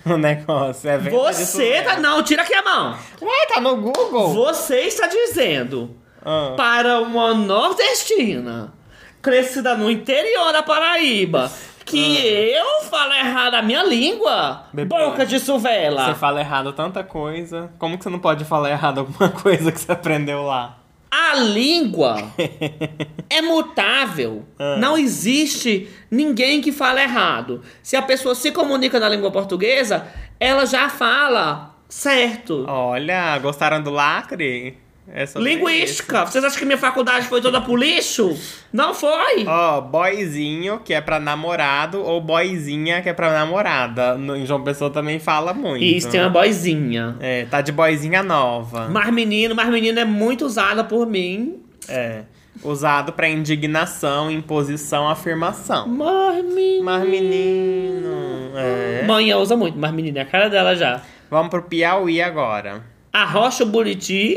B: o negócio. É venta é de
A: Você
B: suvela.
A: tá. Não, tira aqui a mão.
B: Ué, tá no Google?
A: Você está dizendo
B: Ah.
A: para uma nordestina crescida no interior da Paraíba que eu falo errado a minha língua?
B: Ah. Bebê.
A: Boca de
B: Você
A: suvela.
B: fala errado tanta coisa. Como que você não pode falar errado alguma coisa que você aprendeu lá?
A: A língua é mutável.
B: Ah.
A: Não existe ninguém que fala errado. Se a pessoa se comunica na língua portuguesa, ela já fala
B: Ah,
A: certo.
B: Olha, gostaram do lacre? É sobre
A: Linguística. Vocês acham que minha faculdade foi toda pro lixo? Não foi.
B: isso. Ó, boyzinho, que é pra namorado, ou boyzinha, que é pra namorada. No, em João Pessoa também fala muito.
A: Isso, tem uma boizinha.
B: É, tá de boyzinha nova.
A: Mas menino, mas menino é muito usada por mim.
B: É. Usado pra indignação, imposição, afirmação.
A: Mas menino.
B: Mas menino. É.
A: Mãe usa muito, mas menino é a cara dela já.
B: Vamos pro Piauí agora.
A: Arrocha o buriti.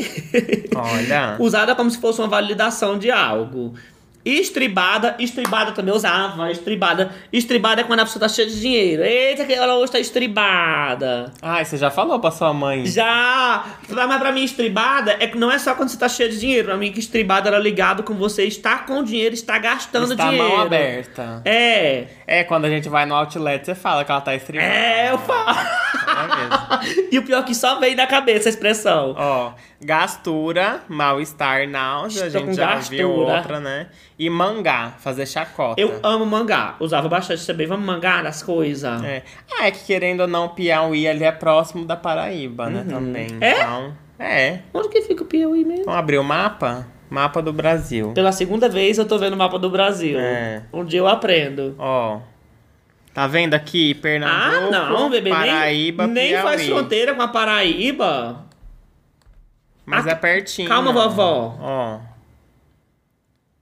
B: Olha.
A: usada como se fosse uma validação de algo. Estribada, estribada eu também usava, estribada. Estribada é quando a pessoa tá cheia de dinheiro. Eita, que ela hoje tá estribada.
B: Ai, você já falou pra sua mãe.
A: Já! Pra- Mas pra mim, estribada é que não é só quando você tá cheio de dinheiro. Pra mim, que estribada era ligado com você estar com dinheiro, estar gastando
B: Está
A: dinheiro.
B: mão aberta.
A: É.
B: É, quando a gente vai no outlet, você fala que ela tá estribada.
A: É, eu falo.
B: É mesmo.
A: E o pior é que só veio da cabeça a expressão.
B: Ó, gastura, mal-estar, náusea, a
A: Estou
B: gente
A: com
B: já
A: gastura.
B: viu outra, né? E mangá, fazer chacota.
A: Eu amo mangá. Usava bastante também. Vamos mangá nas coisas.
B: É. Ah, é que querendo ou não, Piauí ali é próximo da Paraíba, né, também.
A: É?
B: Então, é.
A: Onde que fica o Piauí mesmo?
B: Vamos abrir o mapa? Mapa do Brasil.
A: Pela segunda vez eu tô vendo o mapa do Brasil.
B: É.
A: Um dia eu aprendo.
B: Ó, tá vendo aqui? Pernambuco,
A: ah, não, bebê. nem-
B: Paraíba,
A: nem
B: Piauí.
A: faz fronteira com a Paraíba.
B: Mas
A: Ah,
B: é pertinho.
A: calma, vovó.
B: Ó.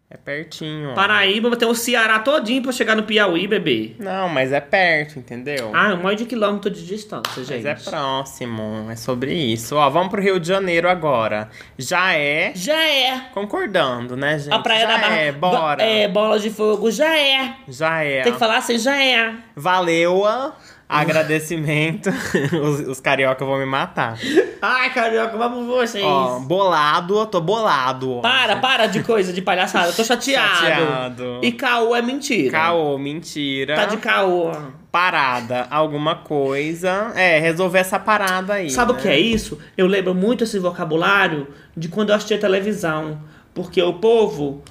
B: É pertinho. ó.
A: Paraíba tem o um Ceará todinho pra chegar no Piauí, bebê.
B: Não, mas é perto, entendeu?
A: Ah, um monte de quilômetro de distância,
B: mas
A: gente.
B: é próximo. É sobre isso. Ó, vamos pro Rio de Janeiro agora. Já é.
A: Já é.
B: Concordando, né, gente?
A: A praia
B: já
A: da Barra.
B: é, bora.
A: É, bola de fogo, já é.
B: Já é.
A: Tem que falar assim, já é.
B: Valeu. Agradecimento. os, os carioca vão me matar.
A: Ai, carioca, vamos vocês.
B: Ó, bolado, eu tô bolado. ó.
A: Para, para de coisa de palhaçada. Eu tô chateado.
B: Chateado.
A: E caô é mentira.
B: Caô, mentira.
A: Tá de caô.
B: Parada, alguma coisa. É, resolver essa parada aí.
A: Sabe o
B: né?
A: que é isso? Eu lembro muito esse vocabulário de quando eu assistia televisão. Porque o povo.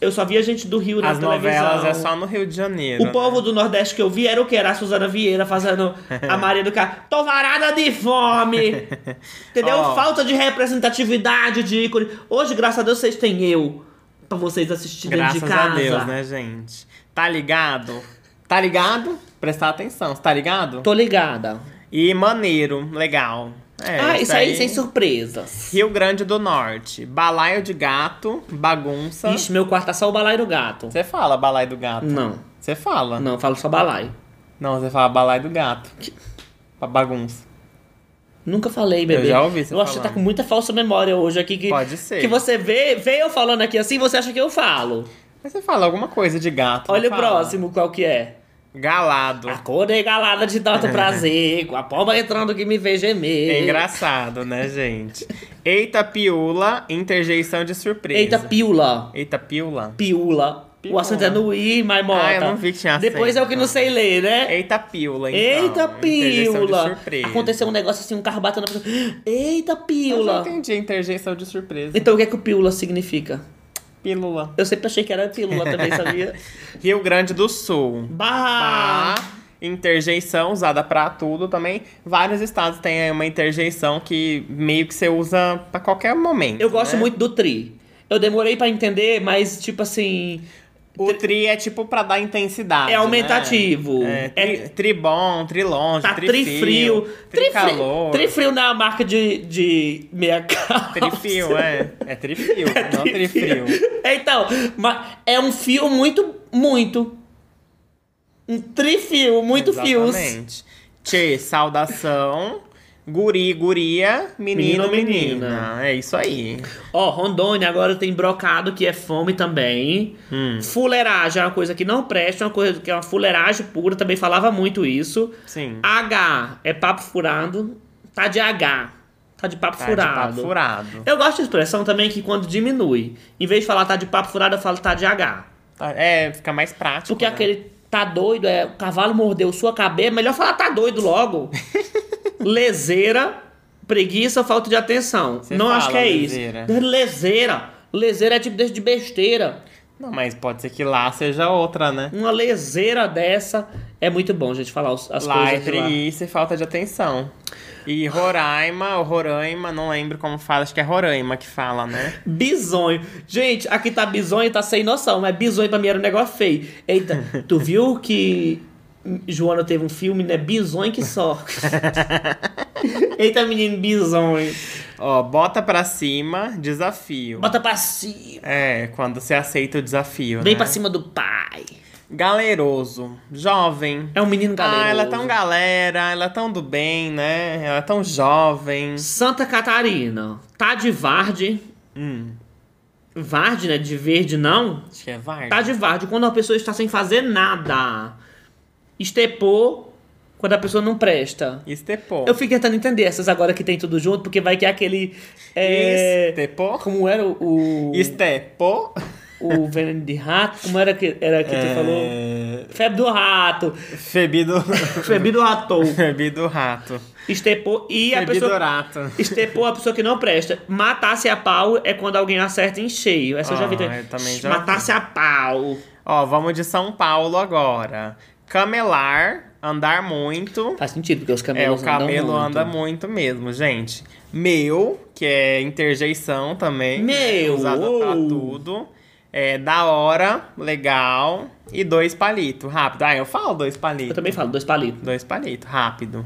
A: Eu só via gente do Rio na
B: As
A: televisão.
B: novelas é só no Rio de Janeiro.
A: O
B: né?
A: povo do Nordeste que eu vi era o que? Era a Suzana Vieira fazendo a Maria do Carmo. Tô varada de fome! Entendeu?
B: Ó.
A: Falta de representatividade de ícone. Hoje, graças a Deus, vocês têm eu pra vocês assistirem
B: Graças
A: de casa.
B: a Deus, né, gente? Tá ligado? Tá ligado? Prestar atenção, você tá ligado?
A: Tô ligada.
B: E maneiro, legal. É,
A: ah, isso aí, sem surpresas.
B: Rio Grande do Norte. Balaio de gato, bagunça.
A: Ixi, meu quarto tá só o balaio do gato.
B: Você fala balaio do gato?
A: Não,
B: Você fala?
A: não, eu falo só balaio.
B: Não, você fala balaio do gato. Pra bagunça.
A: Nunca falei, bebê.
B: Eu já ouvi você
A: Eu acho que tá
B: falando.
A: com muita falsa memória hoje aqui. Que,
B: Pode ser.
A: Que você vê, vê eu falando aqui assim, você acha que eu falo.
B: Mas você fala alguma coisa de gato. não
A: Olha o
B: fala?
A: próximo, Ah, qual que é.
B: Galado.
A: Acordei galada de tanto prazer, com a pomba entrando que me fez gemer.
B: É engraçado, né, gente? Eita piula, interjeição de surpresa.
A: Eita, piula.
B: Eita piula.
A: Piula.
B: Piula.
A: O acento é no i, maimota.
B: Ah, eu não vi que tinha
A: Depois é o que
B: acento.
A: não sei ler, né?
B: Eita piula, então.
A: Eita,
B: Interjeição de
A: piula.
B: surpresa.
A: Aconteceu um negócio assim, um carro batendo na pessoa. Eita,
B: Eu não
A: piula.
B: entendi a interjeição de surpresa.
A: Então o que é que o piula significa?
B: Pílula.
A: Eu sempre achei que era pílula também, sabia?
B: Rio Grande do Sul.
A: Barra!
B: Pá. Interjeição usada pra tudo também. Vários estados têm aí uma interjeição que meio que você usa pra qualquer momento.
A: Eu gosto
B: né?
A: muito do tri. Eu demorei pra entender, mas tipo assim.
B: O tri é tipo pra dar intensidade.
A: É aumentativo.
B: Né? É, tri,
A: É-
B: tri bom, tri longe,
A: Tá
B: tri,
A: tri frio.
B: tri
A: Tri frio.
B: calor.
A: Tri frio na marca de, de meia calça.
B: Trifio, é. É trifio, não trifrio.
A: É, Então, mas é um fio muito, muito. Um trifio, muito fios.
B: Exatamente. Tchê, saudação. Guri, guria. Menino,
A: Menino,
B: menina.
A: menina.
B: É isso aí.
A: Ó, Rondônia agora tem brocado, que é fome também.
B: Hum.
A: Fuleiragem é uma coisa que não presta, é uma coisa que é uma fuleiragem pura, também falava muito isso.
B: Sim. Tá,
A: H é papo furado, tá de H, tá de papo
B: Tá de
A: furado.
B: papo furado.
A: Eu gosto da expressão também que quando diminui, em vez de falar tá de papo furado, eu falo tá de H.
B: Tá- É, fica mais prático.
A: Porque
B: né?
A: aquele tá doido, é o cavalo mordeu sua cabeça, é melhor falar tá doido logo. Leseira, preguiça, falta de atenção.
B: Você
A: Não acho que
B: fala
A: é
B: leseira.
A: isso. Leseira. Leseira é tipo desse de besteira.
B: Não, mas pode ser que lá seja outra, né?
A: Uma leseira dessa é muito bom, gente, falar os- as
B: lá é
A: coisas de lá.
B: preguiça e falta de atenção. E Roraima, ou Roraima, não lembro como fala, acho que é Roraima que fala, né?
A: Bisonho. Gente, aqui tá bisonho, tá sem noção, mas bisonho pra mim era um negócio feio. Eita, tu viu que Joana teve um filme, né? Bisonho que só. Eita, menino, bisonho.
B: Ó, bota pra cima, desafio.
A: Bota pra cima.
B: É, quando você aceita o desafio,
A: Vem
B: né?
A: pra cima do pai.
B: Galeroso, jovem.
A: É um menino galera.
B: Ah, ela é tão galera, ela é tão do bem, né? Ela é tão jovem.
A: Santa Catarina. Tá de Varde.
B: Hum,
A: Varde, né? De verde, não?
B: acho que é Vargas.
A: Tá de Varde. Quando a pessoa está sem fazer nada. Estepô. Quando a pessoa não presta.
B: Estepô.
A: Eu fico tentando entender essas agora que tem tudo junto, porque vai que é aquele. É,
B: Estepô?
A: Como era o. o
B: Estepô?
A: o veneno de rato? Como era que, era que tu falou?
B: É...
A: Febre do rato.
B: Febido...
A: Febre do rato.
B: Febido rato.
A: Estepou. E a pessoa.
B: Febidorato.
A: Estepou a pessoa que não presta. Matar-se a pau é quando alguém acerta em cheio. Essa eu já vi
B: Ah, eu também já
A: Matar-se a pau.
B: Ó, vamos de São Paulo agora. Camelar, andar muito.
A: Faz sentido, porque os
B: É,
A: camelos
B: o camelo
A: andam muito.
B: anda muito mesmo, gente. Meu, que é interjeição também.
A: Meu,
B: Usado pra
A: uou.
B: tudo. É, da hora, legal. E dois palitos, rápido. Ah, eu falo dois palitos.
A: Eu também falo, dois palitos.
B: Dois palitos, rápido.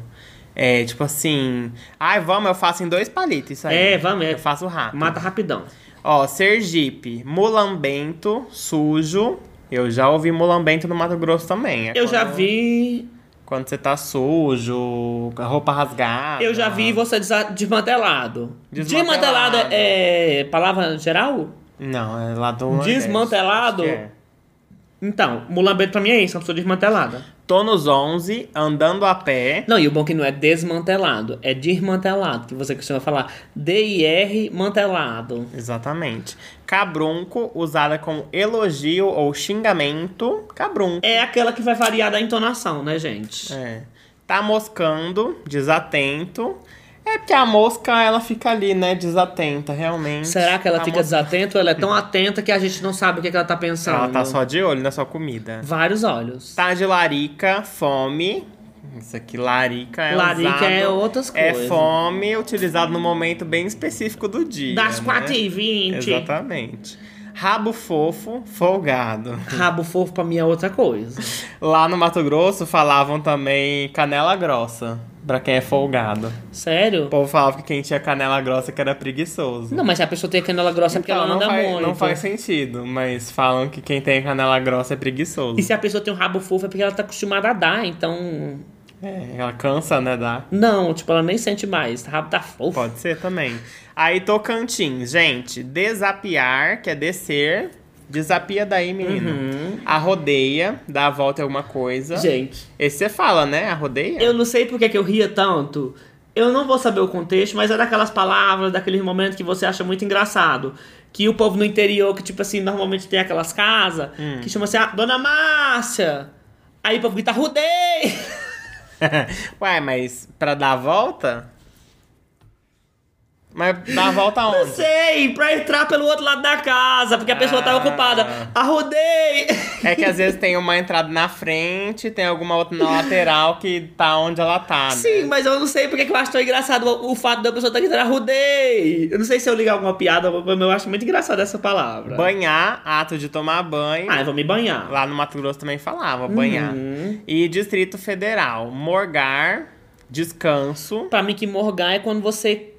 B: É, tipo assim... Ai, vamos, eu faço em dois palitos, isso aí.
A: É, vamos, é.
B: Eu faço rápido.
A: Mata rapidão.
B: Ó, Sergipe, mulambento, sujo. Eu já ouvi mulambento no Mato Grosso também. É
A: Eu já
B: quando-
A: vi.
B: Quando você tá sujo, com a roupa rasgada.
A: Eu já vi você desa- desmantelado.
B: Ah, Desmantelado.
A: Desmantelado é é palavra geral?
B: Não, é lá do. Nordeste,
A: Desmantelado?
B: acho que é.
A: Então, mulambento pra mim é isso, uma pessoa desmantelada.
B: Tô nos 11, andando a pé.
A: Não, e o bom que não é desmantelado, é desmantelado, que você costuma falar D-I-R mantelado.
B: Exatamente. Cabrunco, usada como elogio ou xingamento. Cabrunco.
A: É aquela que vai variar da entonação, né, gente?
B: É. Tá moscando, desatento. É porque a mosca, ela fica ali, né? Desatenta, realmente. Tá
A: Será que ela
B: A
A: fica
B: mosca-
A: desatenta ou ela é tão atenta que a gente não sabe o que, que ela tá pensando?
B: Ela tá só de olho na sua comida.
A: Vários olhos.
B: Tá de larica, fome. Isso aqui, larica é
A: Larica
B: usado-
A: é outras
B: É
A: coisas.
B: fome, utilizado num momento bem específico do dia.
A: Das
B: né?
A: 4h20.
B: Exatamente. Rabo fofo, folgado.
A: Rabo fofo pra mim é outra coisa.
B: Lá no Mato Grosso falavam também canela grossa, pra quem é folgado. O
A: Sério?
B: povo falava que quem tinha canela grossa que era preguiçoso.
A: Não, mas se a pessoa tem canela grossa é porque
B: Então,
A: ela anda
B: não, faz,
A: muito.
B: não faz sentido, mas falam que quem tem canela grossa é preguiçoso.
A: E se a pessoa tem um rabo fofo é porque ela tá acostumada a dar, então.
B: É, ela cansa, né, dá.
A: Não, tipo, ela nem sente mais. O rabo tá fofo.
B: Pode ser também. Aí Tocantins, gente, desapiar, que é descer. Desapia daí, menino. Arrodeia, dá a volta em alguma coisa.
A: Uhum. Gente,
B: Esse você fala, né? Arrodeia?
A: eu não sei porque que eu ria tanto. Eu não vou saber o contexto, mas é daquelas palavras, daqueles momentos que você acha muito engraçado. Que o povo no interior, que tipo assim, normalmente tem aquelas casas,
B: Hum.
A: que chama assim, ah, Dona Márcia. Aí o povo grita, rudei!
B: Ué, mas pra dar a volta? Mas dá a volta
A: Não
B: aonde?
A: sei, pra entrar pelo outro lado da casa, porque a pessoa tava
B: Ah.
A: ocupada. Arrudei!
B: É que às vezes tem uma entrada na frente, tem alguma outra na lateral que tá onde ela tá. né?
A: Sim, mas eu não sei porque que eu acho tão engraçado o, o fato da pessoa estar gritando arrudei. Eu não sei se eu ligar alguma piada, mas eu acho muito engraçada essa palavra.
B: Banhar, ato de tomar banho.
A: Ah, eu vou me banhar.
B: Lá no Mato Grosso também falava, banhar.
A: Uhum.
B: E Distrito Federal, morgar, descanso.
A: Pra mim que morgar é quando você...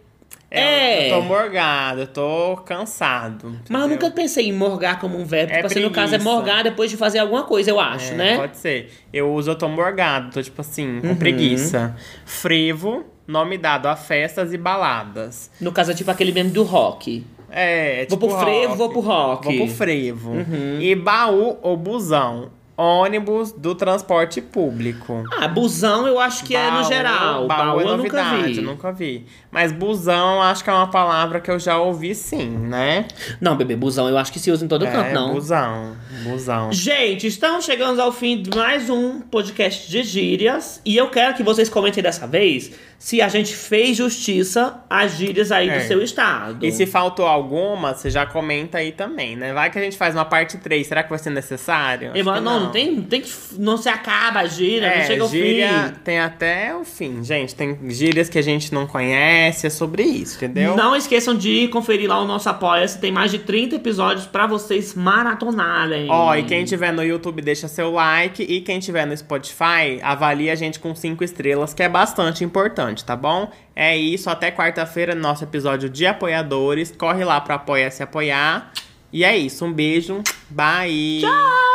A: É,
B: Eu tô morgado, eu tô cansado.
A: mas eu
B: entendeu?
A: nunca pensei em morgar como um verbo.
B: É
A: tipo assim, no caso é
B: preguiça.
A: morgar depois de fazer alguma coisa, eu acho,
B: É,
A: né? Uhum.
B: Pode ser. Eu uso, eu tô morgado, tô tipo assim, com preguiça. Frevo, nome dado a festas e baladas.
A: No caso é tipo aquele meme do rock.
B: É, é
A: Vou
B: tipo
A: pro frevo,
B: rock.
A: vou pro rock. Uhum.
B: Vou pro frevo. E baú ou busão, ônibus do transporte público.
A: Ah, busão eu acho que é no
B: Baú- é
A: geral. Baú, eu nunca vi.
B: eu nunca vi. Mas busão, acho que é uma palavra que eu já ouvi sim, né?
A: Não, bebê, busão eu acho que se usa em todo
B: é,
A: canto, não.
B: busão, busão.
A: Gente, estamos chegando ao fim de mais um podcast de gírias. E eu quero que vocês comentem dessa vez se a gente fez justiça às gírias aí
B: É.
A: do seu estado.
B: E se faltou alguma, você já comenta aí também, né? Vai que a gente faz uma parte 3, será que vai ser necessário?
A: E,
B: Acho
A: mano,
B: que
A: não, não tem, não tem que. Não se acaba a gíria,
B: É,
A: não chega ao
B: gíria
A: fim.
B: tem até o fim, gente. Tem gírias que a gente não conhece, é sobre isso, entendeu?
A: Não esqueçam de conferir lá o nosso Apoia-se. Tem mais de 30 episódios pra vocês maratonarem.
B: Ó, e quem tiver no YouTube, deixa seu like. E quem tiver no Spotify, avalie a gente com cinco estrelas, que é bastante importante, tá bom? É isso, até quarta-feira, no nosso episódio de apoiadores. Corre lá pra apoiar se apoiar. E é isso, um beijo, bye! Tchau!